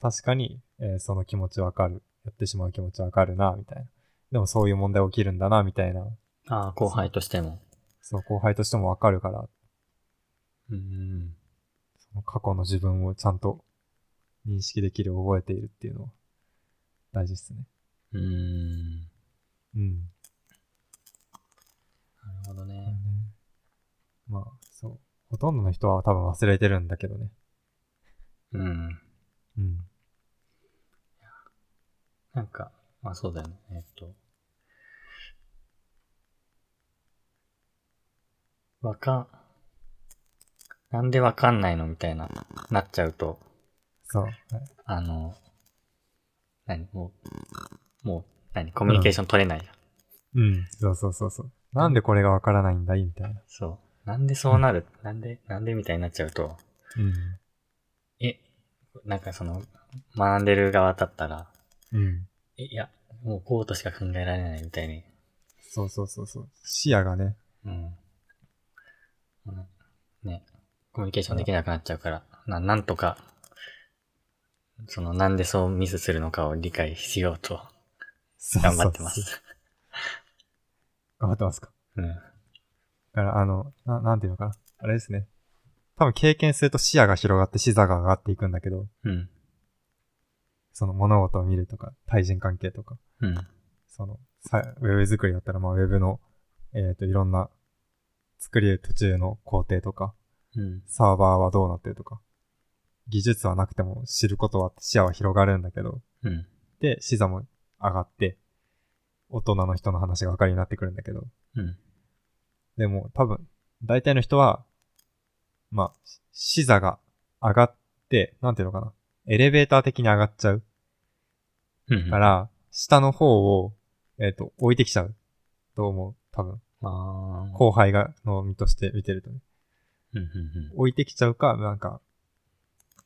A: 確かに、えーその気持ちわかる。やってしまう気持ちわかるな、みたいな。でもそういう問題起きるんだな、みたいな
B: ああ、後輩としても。
A: そう、後輩としてもわかるから、
B: うん。
A: その過去の自分をちゃんと認識できる、覚えているっていうのは大事ですね。
B: うん。な
A: うん。
B: るほど
A: だよ
B: ね
A: ね。まあ、そう。ほとんどの人は多分忘れてるんだけどね。
B: うん。
A: うん。
B: なんか、まあそうだよね。えっと。わかん、なんでわかんないのみたいな、なっちゃうと、
A: そう。はい
B: あの、何もう、もう、何コミュニケーション取れないじゃん。
A: うん。そうそうそうそう。なんでこれがわからないんだいみたいな。
B: そう。なんでそうなるなんで、なんでみたいになっちゃうと、え、なんかその、学んでる側だったら、
A: うん。うん。
B: え、いや、もうこうとしか考えられないみたいに。
A: そうそうそうそう。視野がね。
B: うん。もうねね、コミュニケーションできなくなっちゃうから、ななんとか、その、なんでそうミスするのかを理解しよう と、
A: そうそう
B: 頑
A: そう
B: 張ってます。
A: 頑張ってますか。
B: うん。
A: だから、あの、ななんていうのかな。あれですね。多分経験すると視野が広がって視座が上がっていくんだけど、
B: うん。
A: その物事を見るとか、対人関係とか、
B: うん。
A: その、さウェブ作りだったら、まあ、ウェブの、えっ、と、いろんな、作り途中の工程とか、
B: うん。
A: サーバーはどうなってるとか、技術はなくても知ることは、視野は広がるんだけど、
B: うん。
A: で、視座も上がって、大人の人の話が分かるようになってくるんだけど、
B: うん。
A: でも多分、大体の人は、まあ、し視座が上がって、なんていうのかな。エレベーター的に上がっちゃう
B: うん。
A: か
B: あ
A: ら、下の方を、えっ、と、置いてきちゃうと思う。多分、
B: あ。
A: 後輩が、の身として見てるとね。
B: うん。うん。うん
A: 置いてきちゃうか、なんか、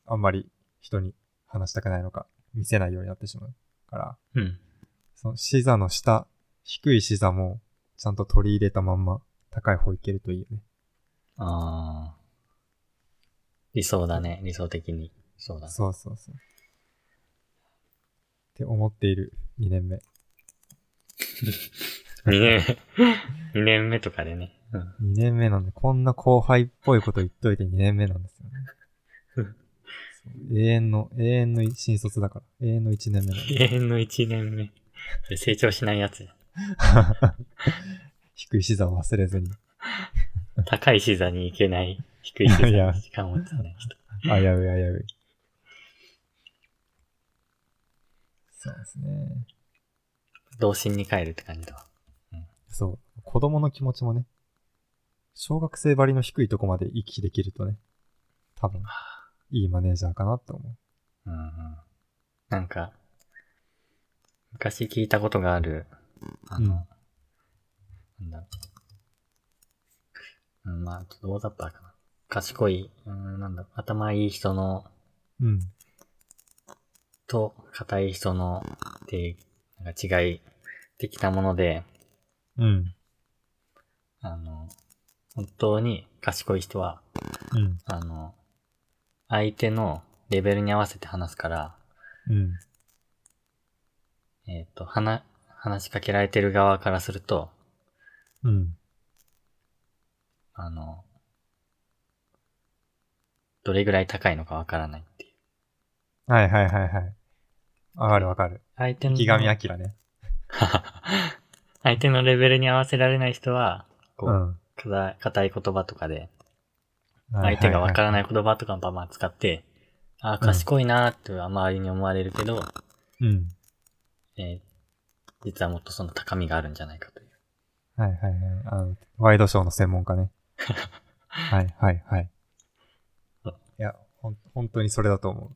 A: あんまり人に話したくないのか、見せないようになってしまうから、
B: うん。
A: その視座の下、低い視座も、ちゃんと取り入れたまんま、高い方行けるといいよね。
B: ああ。理想だね。理想的に。そうだ。
A: そうそうそう。って思っている2年目。
B: 2年目。2年目とかでね。うん。
A: 2年目なんで、こんな後輩っぽいこと言っといて2年目なんですよね。そう永遠の、永遠の新卒だから。永遠の1年目なんで。
B: 永遠の1年目。それ成長しないやつや。
A: 低い視座を忘れずに、
B: 高い視座に行けない。低い視座
A: いや
B: にしか持ってない人。
A: 危うい危うい。そうですね。
B: 童心に帰るって感じだわ。
A: そう。子供の気持ちもね、小学生ばりの低いとこまで行き来できるとね、多分、いいマネージャーかなって思う。
B: うんうん。なんか、昔聞いたことがある、あの、なんだろう。うん、まあ、ちょっと大雑把かな。賢い、うん、なんだろう、頭いい人の、
A: うん。
B: と、硬い人の、っていう、なんか違い、的なもので、
A: うん。
B: あの、本当に賢い人は、
A: うん。
B: あの、相手のレベルに合わせて話すから、
A: うん。
B: えっ、と、話、話しかけられてる側からすると、
A: うん。
B: あの、どれぐらい高いのかわからないっていう。
A: はいはいはいはい。わかるわかる。
B: 相手の、
A: 池上彰ね。
B: 相手のレベルに合わせられない人は、こ
A: う
B: う、
A: ん。
B: かた硬い言葉とかで、
A: はいはいはい
B: 相手がわからない言葉とかばまあ使って、ああ、賢いなーって周りに思われるけど、
A: うん。
B: えー実はもっとその高みがあるんじゃないかという。
A: はいはいはい。あの、ワイドショーの専門家 ね。はいはいはい。いや、ほん、本当にそれだと思う。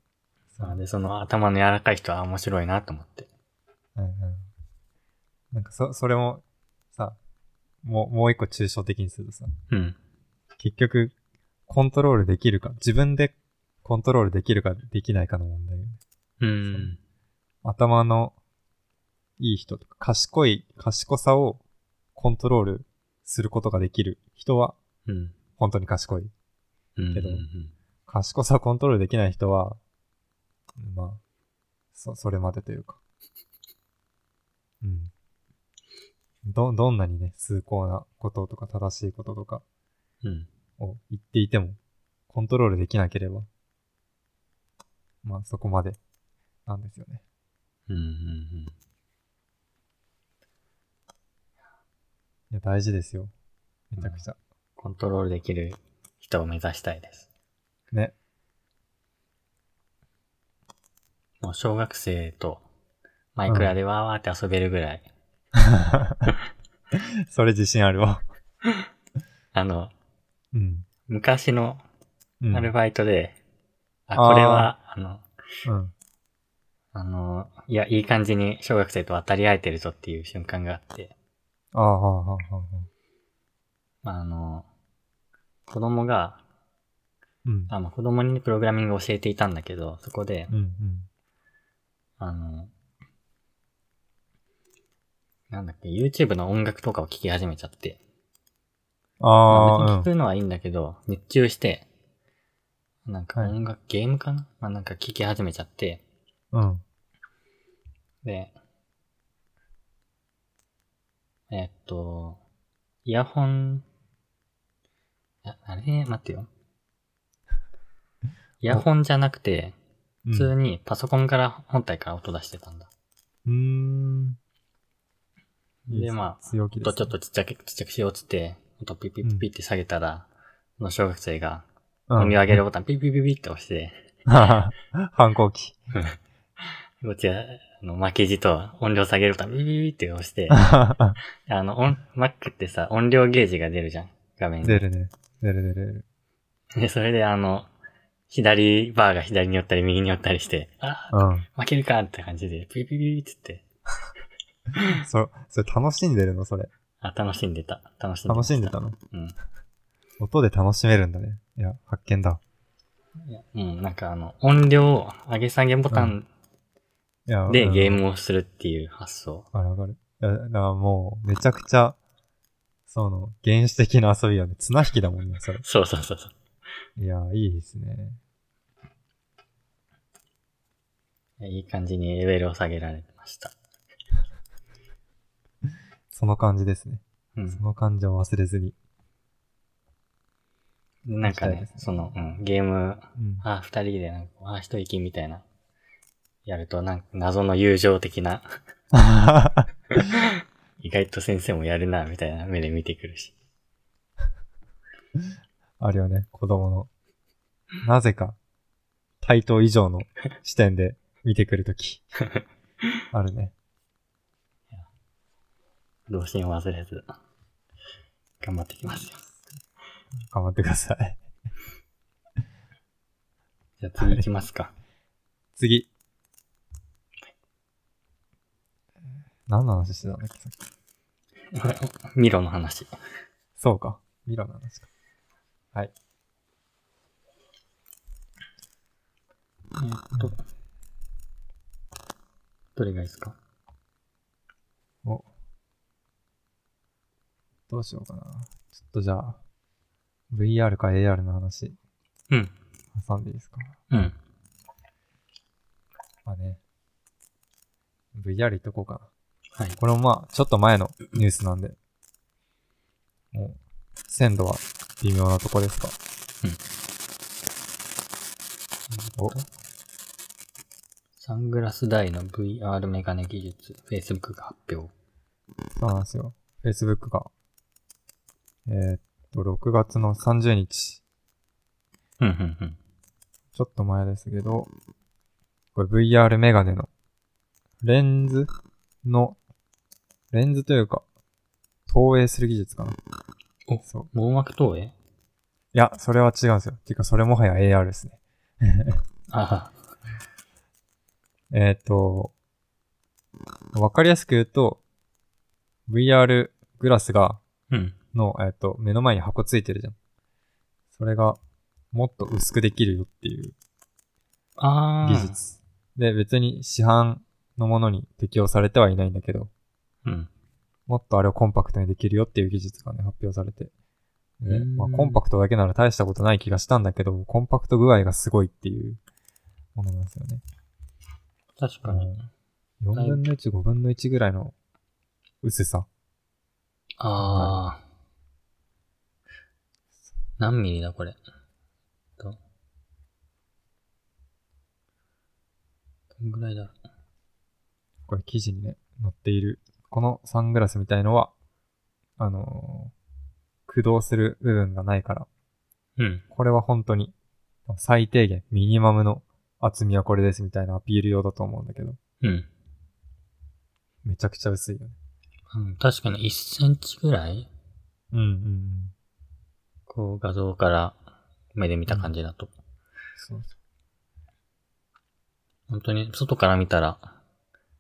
A: そう
B: あーで、その頭の柔らかい人は面白いなと思って。
A: うんうん。なんかそ、それも、さ、もう、もう一個抽象的にするとさ、
B: うん。
A: 結局、コントロールできるか、自分でコントロールできるか、できないかの問題よね。
B: うん。
A: 頭のいい人とか、賢い、賢さをコントロールすることができる人は、
B: うん。
A: 本当に賢い。
B: うん。
A: けど
B: うん
A: 賢さをコントロールできない人は、まあ、そ、それまでというか。うん。ど、どんなにね、崇高なこととか正しいこととか
B: うん。
A: を言っていても、コントロールできなければ、まあそこまでなんですよね。
B: うん。うん。うん。
A: いや、大事ですよ。めちゃくちゃ。
B: コントロールできる人を目指したいです。
A: ね。
B: もう小学生とマイクラでわーわーって遊べるぐらい。
A: それ自信あるわ。
B: あの、
A: うん。
B: 昔の
A: うん。
B: アル
A: ほ
B: バイトで、
A: あ
B: あ、
A: ー
B: これは、あの、
A: ど。うん。
B: あの、いや、いい感じに小学生と渡り合えてるぞっていう瞬間があって、
A: ああ、はあ、はあ、はあ。
B: まあ、あの、子供が、
A: うん。
B: あまあ、子供にプログラミングを教えていたんだけど、そこで、
A: うん、
B: あの、なんだっけ、YouTube の音楽とかを聴き始めちゃって、
A: うん。
B: まあ
A: ああ
B: 別、に聞くのはいいんだけど、熱中して、なんか
A: はい
B: 音楽、ゲームかなまあなんか聞き始めちゃって、
A: うん。うん。
B: で、えっと、イヤホン、ああれ待っ てよ。イヤホンじゃなくて、
A: うん
B: 普通にパソコンから、本体から音出してたんだ。
A: うーん。
B: で、まあ、
A: 強気です、
B: 音ちょっとちっちゃく、ちっちゃくしようっつって、音ピッピッピッピッって下げたら、その小学生が、
A: うん
B: 飲み上げるボタンピッピッピッピッって押して、
A: 反抗期。
B: こっちは、あの、巻き字と音量下げると、ビビビビって押して、あの、音、Mac ってさ、音量ゲージが出るじゃん。画面に。
A: 出るね。出る出る出る。
B: で、それであの、左バーが左に寄ったり右に寄ったりして、あ
A: うん。
B: ー、負けるかって感じで、ピピピピって言って、
A: そ、それ楽しんでるのそれ。
B: あ、楽しんでた。楽しんでた。
A: 楽しんでたの
B: うん。
A: 音で楽しめるんだね。いや、発見だ。
B: うん、なんかあの、音量上げ下げボタン
A: いや、
B: で
A: うん
B: ゲームをするっていう発想。
A: わかるわかる。いや、だからもう、めちゃくちゃ、その、原始的な遊びはね、綱引きだもんね、それ。
B: そうそうそうそう。
A: いや、いいですね。
B: いい感じにレベルを下げられてました。
A: その感じですね。
B: うん。
A: その感じを忘れずに。
B: でなん
A: 行きた
B: か
A: い
B: ね、
A: ですね
B: その、うん、ゲーム、
A: うん。
B: あー、二人でなんか、あー、一息みたいな、やると、なんか謎の友情的な、 意外と先生もやるな、みたいな目で見てくるし。
A: あるよね、子供の。なぜか、対等以上の視点で見てくるとき。あるね。
B: 童心を忘れず、頑張ってきますよ。
A: 頑張ってください。
B: じゃあ次行きますか。
A: 次。何の話してたんだっけさっき
B: ミロの話。
A: そうか。ミラの話か。はい。
B: えっと、どれがいいですか
A: お。どうしようかな。ちょっとじゃあ、VR か AR の話
B: うん。
A: 挟んでいいですか。
B: うん。
A: まあね。VR いっとこうか
B: はい
A: な。。これもまあ、ちょっと前のニュースなんで。もう、鮮度は微妙なとこですか。うん。お、
B: サングラス台の VR メガネ技術、Facebook が発表。
A: そうなんですよ。Facebook が。えーっと、6月の30日。
B: うん、うん、うん。
A: ちょっと前ですけど、これ VR メガネの、レンズの、レンズというか、投影する技術かな。
B: お
A: そう。い
B: 網膜投影
A: や、それは違うんですよ。ていうか、それもはや AR ですね。
B: ああ、
A: えーっ、と、わかりやすく言うと、VR グラスが、
B: うん。
A: の、えーっ、と、目の前に箱ついてるじゃん。それが、もっと薄くできるよっていう
B: ああ。
A: 技。術。で、別に市販のものに適用されてはいないんだけど、
B: うん。
A: もっとあれをコンパクトにできるよっていう技術がね、発表されて。で
B: うん
A: まあ、コンパクトだけなら大したことない気がしたんだけど、コンパクト具合がすごいっていうものなんですよね。
B: 確かに。
A: 4分の1、5分の1ぐらいの薄さ。
B: ああ。何ミリだ、これ。と。どんぐらいだろう
A: これ記事にね、載っている。このサングラスみたいのは、あのー駆動する部分がないから、
B: うん。
A: これは本当に最低限、ミニマムの厚みはこれですみたいなアピール用だと思うんだけど、
B: うん。
A: めちゃくちゃ薄いよね。
B: うん、確かに1センチぐらい
A: うんうんうん。
B: こう画像から目で見た感じだと。
A: そうそ
B: 本当に外から見たら、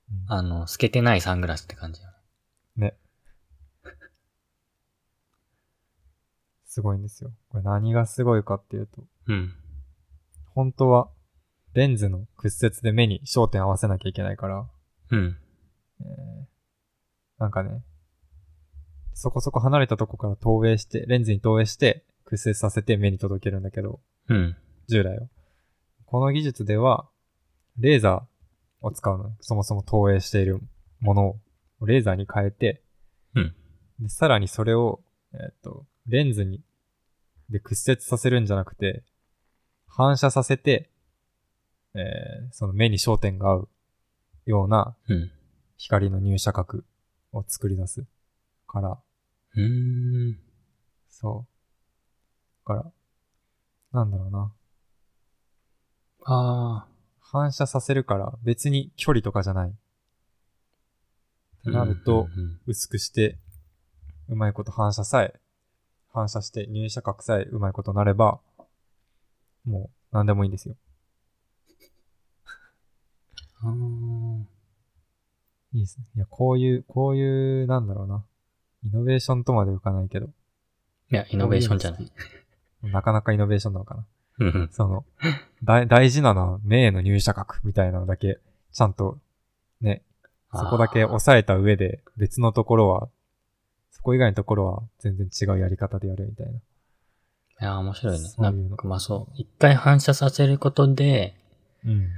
A: う。うん
B: あの、透けてないサングラスって感じ。
A: すごいんですよ。これ何がすごいかっていうと、
B: うん。
A: 本当はレンズの屈折で目に焦点合わせなきゃいけないから、
B: うん。
A: えーなんかね、そこそこ離れたとこから投影して、レンズに投影して屈折させて目に届けるんだけど、
B: うん。
A: 従来は。この技術では、レーザーを使うのね。そもそも投影しているものをレーザーに変えて、
B: うん
A: でさらにそれを、えーっと、レンズに、で屈折させるんじゃなくて、反射させて、えーその目に焦点が合うような
B: うん。
A: 光の入射角を作り出すから、
B: うーん。
A: そう。だから、なんだろうな。
B: ああ。
A: 反射させるから別に距離とかじゃない。ってなると、
B: うんうん
A: 薄くして、うまいこと反射さえ、反射して入射角さえうまいことなれば、もう何でもいいんですよ。
B: うん
A: いいですね。いや、こういう、こういう、なんだろうな。イノベーションとまでいかないけど、
B: いや、イノベーションじゃない。
A: なかなかイノベーションなのかな。
B: うんうん
A: その、だ大事なのは、名への入射角みたいなのだけ、ちゃんと、ね、そこだけ押さえた上で、別のところは、そこ以外のところは全然違うやり方でやるみたいな。
B: いや、面白いね。
A: そうい
B: な
A: うの
B: んかまあそう。一回反射させることで、
A: うん。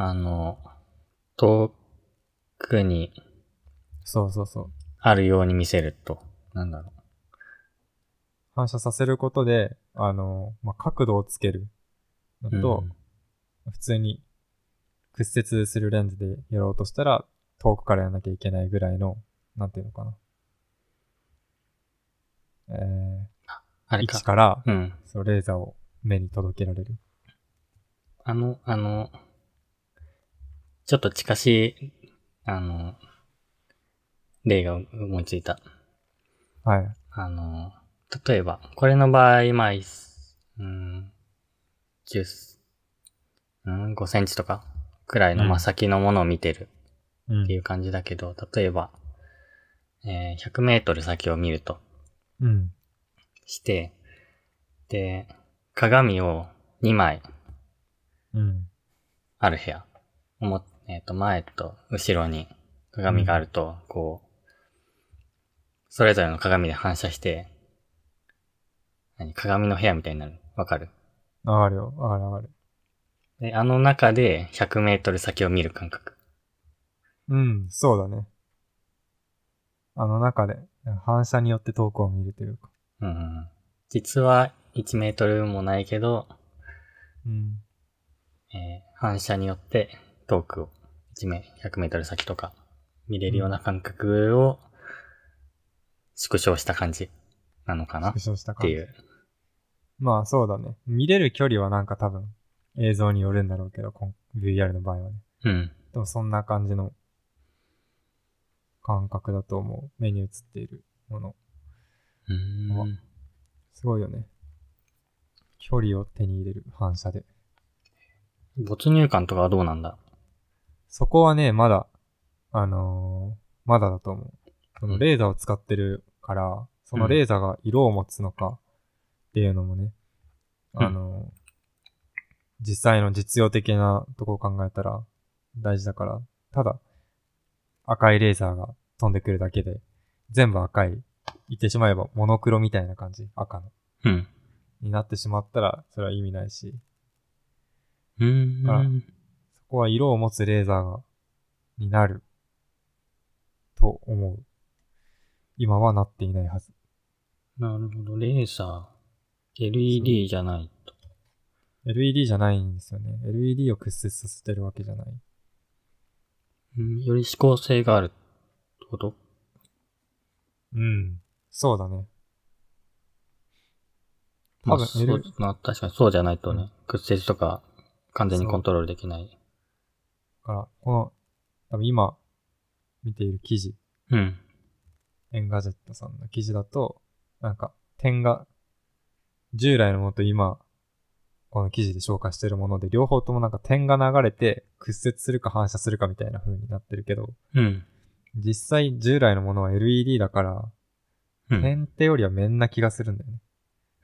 B: あの、遠くに
A: そうそうそう。
B: あるように見せると。なんだろ
A: 反射させることで、あの、まあ、角度をつけるの
B: う。
A: と
B: う、ん
A: 普通に屈折するレンズでやろうとしたら、遠くからやらなきゃいけないぐらいの、なんていうのかな。え
B: あ
A: ー、
B: れ
A: 位置
B: か。
A: から、
B: うん。
A: そう、レーザーを目に届けられる。
B: あの、あの、ちょっと近しい、あの、例が思いついた。
A: はい。
B: あの、例えば、これの場合、まあ、いっうん、10、うん、5センチとかくらいの、
A: うん
B: まあ、先のものを見てる
A: うん
B: っていう感じだけど、例えば、えー100メートル先を見ると
A: うん。
B: して、で、鏡を2枚
A: うん。
B: ある部屋。もえっ、と、前と後ろに鏡があると、こう、それぞれの鏡で反射して、何鏡の部屋みたいになる。わかる
A: 上がるよ。上がる上がる。
B: で、あの中で100メートル先を見る感覚。
A: うん、そうだね。あの中で、反射によって遠くを見るというか。
B: うんうんうん。実は1メートルもないけど、
A: うん。
B: えー反射によって遠くを、1メ、100メートル先とか見れるような感覚を縮小した感じなのかなっ
A: 縮小した感
B: て
A: じ
B: いう。
A: まあそうだね。見れる距離はなんか多分映像によるんだろうけど、こん VR の場合はね。
B: うん。
A: でもそんな感じの感覚だと思う。目に映っているもの。
B: うーん。
A: すごいよね。距離を手に入れる反射で。
B: 没入感とかはどうなんだ
A: そこはね、まだ、あのーまだだと思う。そのレーザーを使ってるから、そのレーザーが色を持つのかっていうのもね、
B: うん
A: あのー実際の実用的なとこを考えたら大事だから、ただ赤いレーザーが飛んでくるだけで、全部赤い、言ってしまえばモノクロみたいな感じ、赤の。
B: うん。
A: になってしまったら、それは意味ないし、
B: うーん。
A: そこは色を持つレーザーが、になる、と思う。今はなっていないはず。
B: なるほど。レーサー、LED じゃないと。
A: LED じゃないんですよね。LED を屈折させてるわけじゃない。
B: うん、より指向性があるってこと
A: うん。そうだね。
B: ま
A: 多分
B: あ、そう
A: L-
B: まあ、確かにそうじゃないとね、
A: うん
B: 屈折とか完全にコントロールできない。
A: から、この、多分今、見ている記事、
B: うん。
A: エンガジェットさんの記事だと、なんか、点が、従来のものと今、この記事で紹介してるもので、両方ともなんか点が流れて、屈折するか反射するかみたいな風になってるけど、
B: うん。
A: 実際従来のものは LED だから、
B: うん。
A: 点ってよりは面な気がするんだよね。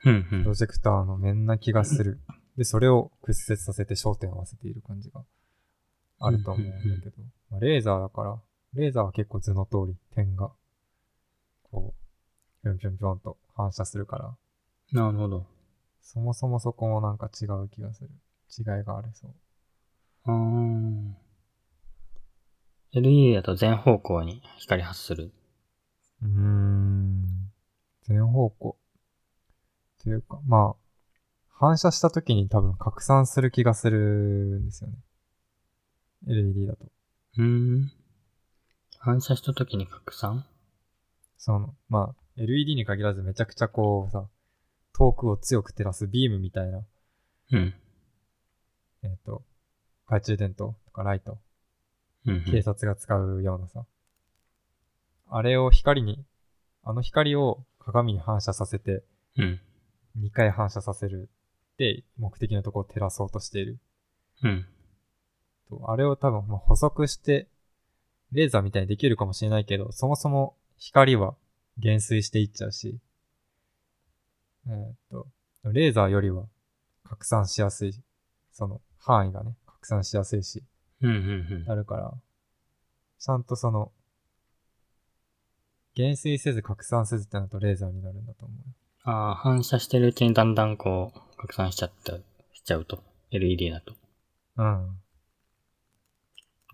B: うんう
A: プ
B: ん
A: ロ。ジェクターの面な気がする。で、それを屈折させて焦点を合わせている感じがあると思うんだけど、まあ、レーザーだから、レーザーは結構図の通り点が、こう、ぴょんぴょんぴょんと反射するから、
B: なるほど。
A: そもそもそこもなんか違う気がする。違いがありそう。
B: あー LED だと全方向に光発する。
A: うーん。全方向。というか、まあ、反射した時に多分拡散する気がするんですよね。LED だと。
B: うーん。反射した時に拡散
A: その、まあ、LED に限らずめちゃくちゃこうさ、遠くを強く照らすビームみたいな、
B: うん。
A: えっ、と、懐中電灯とかライト、
B: うんう
A: 警
B: ん。
A: 察が使うようなさ、あれを光に、あの光を鏡に反射させて、
B: うん。
A: 2回反射させるで目的のとこを照らそうとしている。
B: うん。
A: とあれを多分まあ補足して、レーザーみたいにできるかもしれないけど、そもそも光は減衰していっちゃうし、えーっと、レーザーよりは拡散しやすい、その範囲がね、拡散しやすいし、
B: うん。うん。
A: なるから、ちゃんとその、減衰せず拡散せずってなるとレーザーになるんだと思う。
B: ああ、反射してるうちにだんだんこう、拡散しちゃった、しちゃうと。LED だと。
A: うん。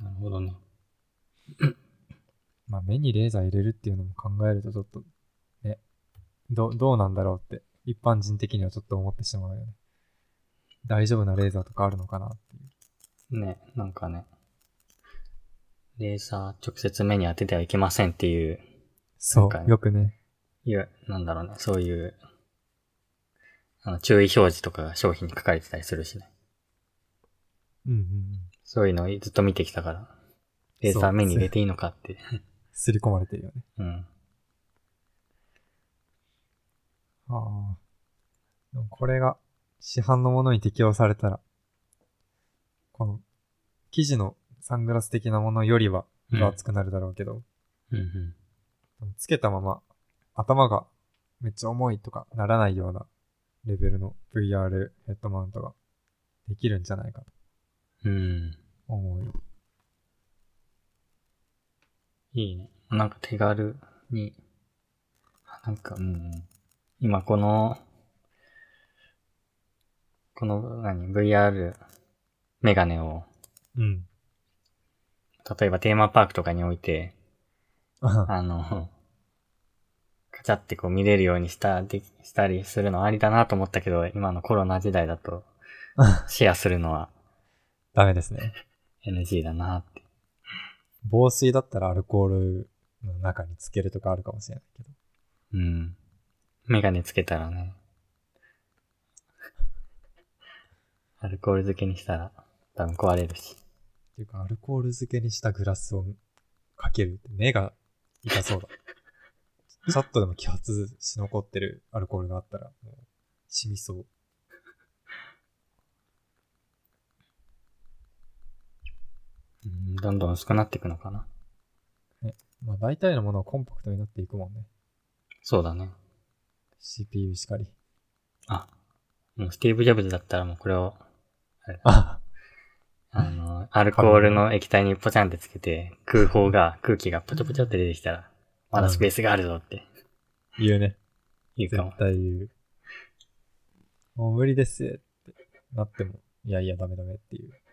B: なるほどね。
A: まあ目にレーザー入れるっていうのも考えるとちょっと、ね、ど、どうなんだろうって、一般人的にはちょっと思ってしまうよね。大丈夫なレーザーとかあるのかなっていう。
B: ね、なんかね。レーザー直接目に当ててはいけませんっていう、
A: そ
B: なんか
A: う、
B: ね
A: よくね。
B: いや、なんだろうね、そういう、あの、注意表示とかが商品に書かれてたりするしね。
A: うんうんうん。
B: そういうのをずっと見てきたから、レー
A: そ
B: ザー
A: う
B: 目に入れていいのかって。
A: すり込まれてるよね。
B: うん。
A: ああ。でもこれが市販のものに適用されたら、この、生地のサングラス的なものよりは分厚くなるだろうけど、
B: うんうん。
A: つけたまま頭がめっちゃ重いとかならないようなレベルの VR ヘッドマウントができるんじゃないかと
B: うん。
A: 思うよ。
B: いいね。なんか手軽に、あなんかうん、今この、この何、VR メガネを、
A: うん。
B: 例えばテーマパークとかに置いて、
A: あ
B: あの、カチャってこう見れるようにした、できしたりするのありだなと思ったけど、今のコロナ時代だ とシェアするのは
A: ダメですね。
B: NG だなって。
A: 防水だったらアルコールの中につけるとかあるかもしれないけど。
B: うん。メガネつけたらね。 アルコール漬けにしたら、多分壊れるし。
A: っていうか、アルコール漬けにしたグラスをかけるって目が痛そうだ。 ちょっとでも揮発し残ってるアルコールがあったら、もう、染みそう。
B: うん、どんどん薄くなっていくのかな。
A: まあ大体のものはコンパクトになっていくもんね。
B: そうだね。
A: CPU しかり。
B: あ、もうスティーブ・ジョブズだったらもうこれを、
A: あ
B: あ の、アルコールの液体にポチャンってつけて、空砲が、空気がポチョポチョって出てきたら、まだスペースがあるぞって
A: 言うね。
B: 言う
A: 絶
B: かも。
A: 対言う。もう無理ですってなっても、いやいやダメダメっていう。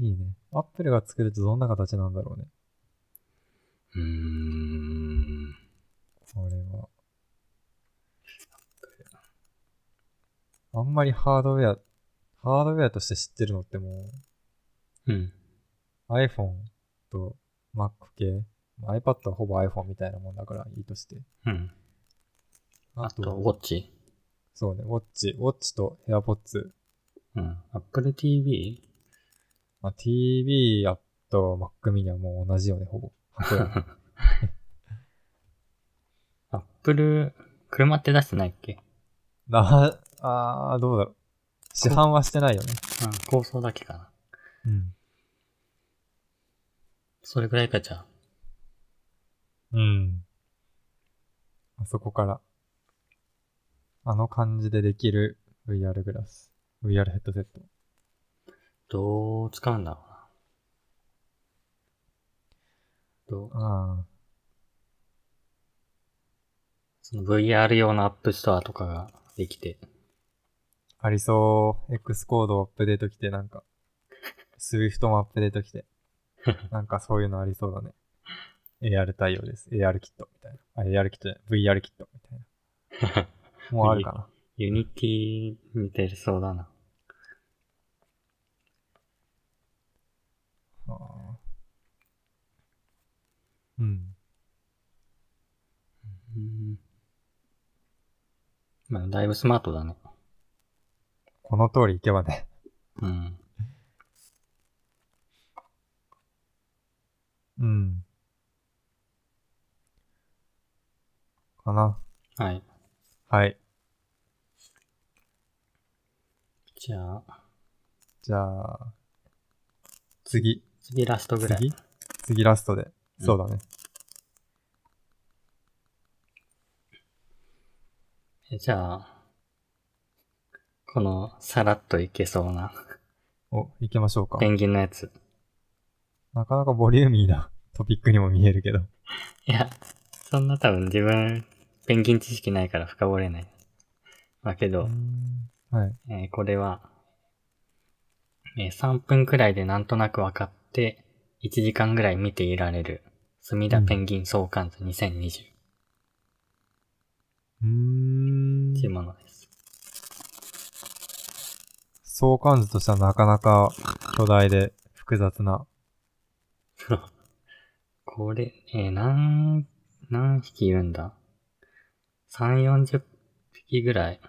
A: いいね。アップルが作るとどんな形なんだろうね。
B: うーん。
A: これは。あんまりハードウェア、ハードウェアとして知ってるのっても
B: うん。
A: う iPhone と Mac 系。まあ iPad はほぼ iPhone みたいなもんだからいいとして。
B: うん。あと、ウォッチ
A: そうね、ウォッチ、ウォッチと AirPods。
B: うん。Apple TV?
A: まあ、TV やと Mac mini はもう同じよね、ほぼ。箱 や
B: アップル、車って出してないっけ
A: な、あー、どうだろう。市販はしてないよね。
B: うん、構想だけかな。
A: うん。
B: それぐらいかじゃあ。
A: うん。あそこから、あの感じでできる VR グラス、VR ヘッドセット。
B: どう使うんだろうな。どう、
A: あ
B: その VR 用のアップストアとかができて。
A: あ、ありそう。X コードアップデート来て、なんか、Swift もアップデート来 て、なんかそういうのありそうだね。AR 対応です。AR キットみたいな。あ、AR キットじゃない。VR キットみたいな。 もうあるかな。
B: ユニティ似てるそうだな。
A: ああうん。
B: うんまあ、だいぶスマートだね。
A: この通り行けばね。
B: うん。
A: うん。かな。
B: はい。
A: はい。
B: じゃあ、
A: じゃあ、次。
B: 次ラストぐらい。
A: 次次ラストで。
B: うん
A: そうだね。
B: えじゃあ、この、さらっといけそうな、
A: お、行きましょうか
B: ペ。ンギンのやつ。
A: なかなかボリューミーな トピックにも見えるけど。
B: いや、そんな多分自分、ペンギン知識ないから深掘れない。だけど、
A: はい。
B: えーこれは、えー3分くらいでなんとなく分かって、1時間くらい見ていられる、墨田ペンギン相関図2020
A: うーん
B: というものです。
A: 相関図としてはなかなか巨大で複雑な。
B: そうこれ、えー何、何匹いるんだ ?3、40匹ぐらい。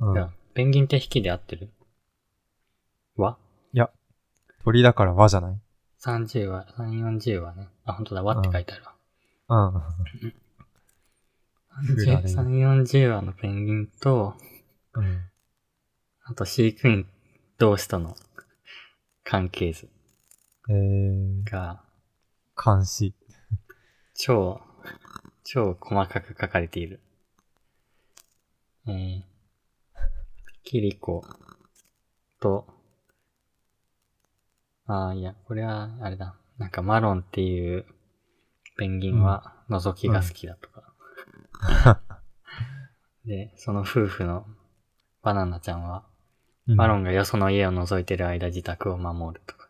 A: う
B: い
A: ん
B: や。ペンギンって匹で合ってるわ
A: 鳥だから和じゃない
B: ?30 は、3、40はね。あ、本当だ、わって書いてあるわ。
A: うん。振られ
B: 3、
A: る
B: 40羽のペンギンと、
A: うん。
B: あと飼育員同士との関係図
A: えー、
B: が
A: 監視。
B: 超、超細かく書かれている。えー、キリコと、ああ、いや、これは、あれだ。なんかマロンっていうペンギンは覗きが好きだとか。で、その夫婦のバナナちゃんは、
A: うん
B: マロンがよその家を覗いてる間自宅を守るとか。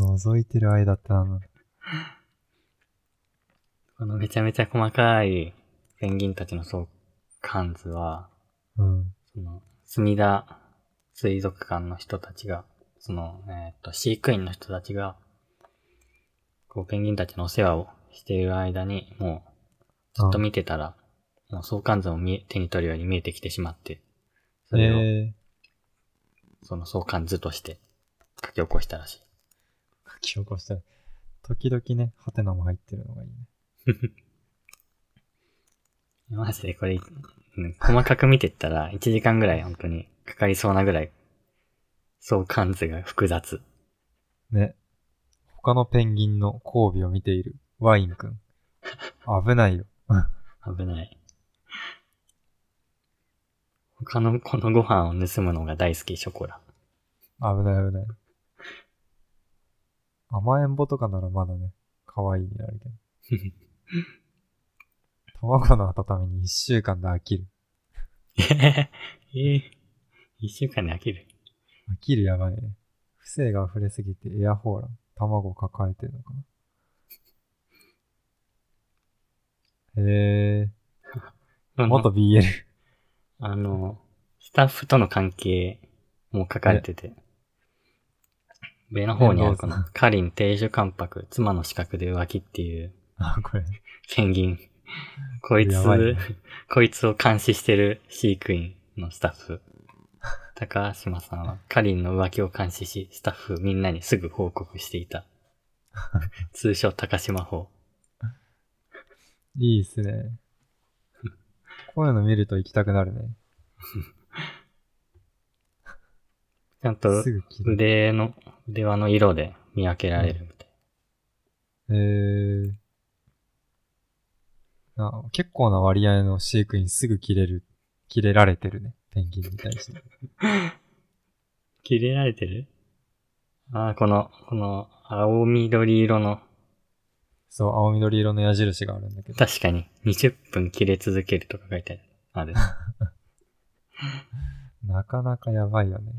A: 覗いてる間ってなんだ
B: このめちゃめちゃ細かいペンギンたちの相関図は、
A: うん。
B: その、墨田水族館の人たちが、その、えーっと、飼育員の人たちが、こう、ペンギンたちのお世話をしている間に、もう、ずっと見てたら、もう相関図を見え手に取るように見えてきてしまって、それを、
A: え
B: その相関図として書き起こしたらしい。
A: ー、書き起こしたら。時々ね、ハテナも入ってるのがいいね。
B: マジでこれ、うん細かく見てったら、1時間ぐらい本当にかかりそうなぐらい、相関図が複雑。
A: ね。他のペンギンの交尾を見ているワインくん。危ないよ。
B: 危ない。他の子のご飯を盗むのが大好き、ショ コラ。
A: 危ない危ない。甘えんぼとかならまだね、可愛いになるけど。 卵の温めに一週間で飽きる。
B: えー一週間で飽きる。
A: 飽きるやばいね。不正が溢れすぎてエアホーラー、卵を抱えてるのかな。へ
B: あ
A: え、
B: の
A: 元 BL。
B: あの、スタッフとの関係も書かれてて。上の方にあるか
A: どう
B: な。カリン定住関白、妻の資格で浮気っていう
A: あ、これ。
B: ペンギン。こいつ、
A: やばいね
B: こいつを監視してる飼育員のスタッフ。高島さんはカリンの浮気を監視し、スタッフみんなにすぐ報告していた。通称高島法。
A: いいっすね。こういうの見ると行きたくなるね。
B: ちゃんと
A: すぐ切る。
B: 腕の、腕輪の色で見分けられるみたい。
A: えーあ結構な割合の飼育員すぐ切れる、切れられてるね。ペンギンに対して。
B: 切れられてるああ、この、この青緑色の、
A: そう、青緑色の矢印があるんだけど。
B: 確かに20分切れ続けるとか書いてある。
A: なかなかやばいよね。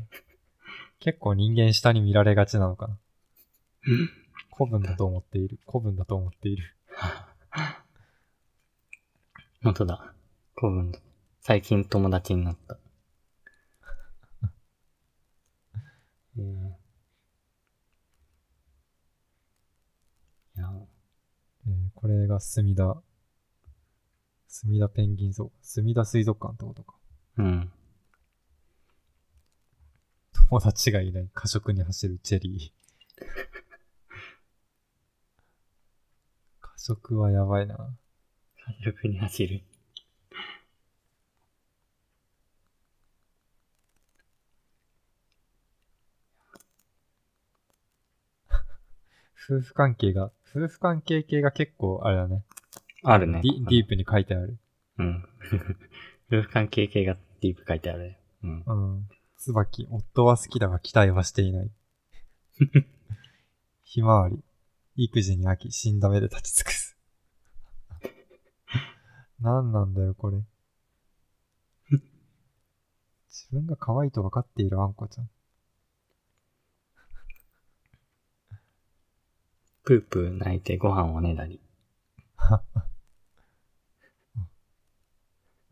A: 結構人間下に見られがちなのかな。古文だと思っている。古文だと思っている。
B: 本当だ。古文だ。最近友達になった。えーい
A: え
B: や
A: ーこれが墨田墨田ペンギンそう墨田水族館ってことか。
B: うん。
A: 友達がいない過食に走るチェリー。 過食はやばいな。
B: 火力に走る。
A: 夫婦関係が、夫婦関係系が結構あれだね。
B: あるね。
A: ディディープに書いてある。
B: うん。 夫婦関係系がディープ書いてある。うん。
A: うん。椿、夫は好きだが期待はしてい ない。ひまわり、育児に飽き、死んだ目で立ち尽くす。 何なんだよ、これ。自分が可愛いと分かっているあんこちゃん。
B: プープー泣いてご飯をねだり。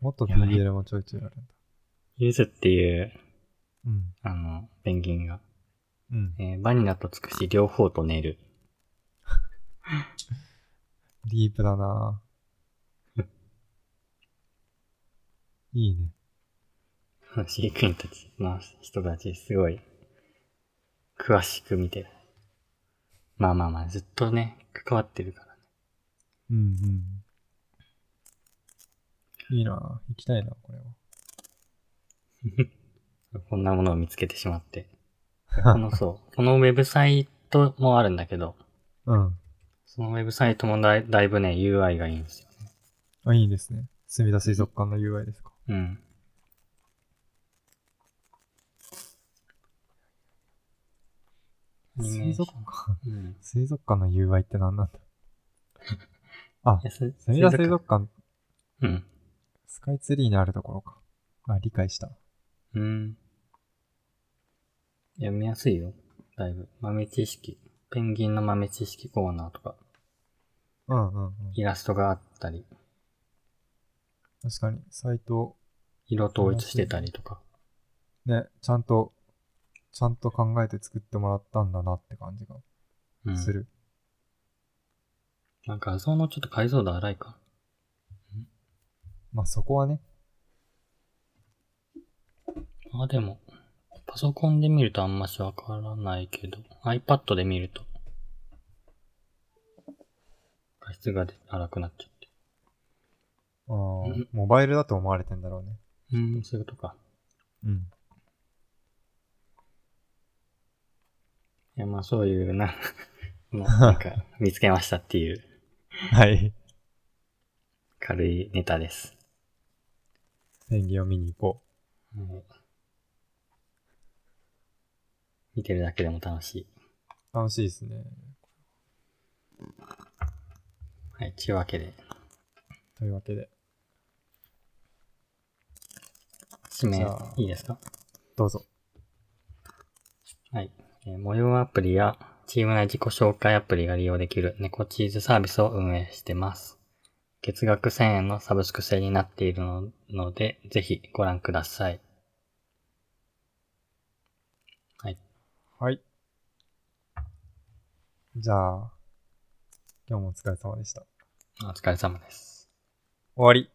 A: 元
B: やばい
A: BL もちょいちょいあるんだ。
B: ゆずっていう、
A: うん。
B: あの、ペンギンが、
A: うん。
B: えーバニラとつくし両方と寝る。
A: ディープだなぁ いいね。
B: 飼育員たちの人たち、すごい、詳しく見てる。まあまあまあ、ずっとね、関わってるから。
A: うんうん。いいなぁ行きたいな、これは。
B: こんなものを見つけてしまって。このそう、このウェブサイトもあるんだけど、
A: うん。
B: そのウェブサイトもだいだいぶね、UI がいいんですよ。
A: あ、いいですね。墨田水族館の UI ですか。
B: うん。アニメー
A: 水
B: ション
A: 族館
B: うん。
A: 水族館の UI って何 なんだあ
B: い、やす
A: 墨田水族館、
B: うん。
A: スカイツリーのあるところか。あ、理解した。
B: うん。読みやすいよ。だいぶ。豆知識。ペンギンの豆知識コーナーとか、
A: うんうんうん。
B: イラストがあったり、
A: 確かに、サイト、
B: 色統一してたりとか。
A: ね、ちゃんと、ちゃんと考えて作ってもらったんだなって感じが
B: うん。
A: する。
B: なんか画像のちょっと解像度荒いか。
A: まあそこはね、
B: あ、でも、パソコンで見るとあんましわからないけど、iPad で見ると、画質がで荒くなっちゃって。
A: あー
B: うん
A: モバイルだと思われてんだろうね。
B: うーん、そういうことか。
A: うん。
B: いや、まあそういうな、 もうなんか見つけましたっていう
A: はい。
B: 軽いネタです。
A: ペンギンを見に行こ
B: はい見てるだけでも楽しい。
A: う。楽しいですね。
B: はい、ちゅうわけで、
A: というわけで、
B: 締
A: じ
B: め
A: ゃあ、
B: いいですか
A: どうぞ。
B: はい。えー模様アプリやチーム内自己紹介アプリが利用できる猫チーズサービスを運営してます。月額1000円のサブスク制になっているのので、ぜひご覧ください。はい。
A: はい。じゃあ、今日もお疲れ様でした。
B: お疲れ様です。
A: 終わり。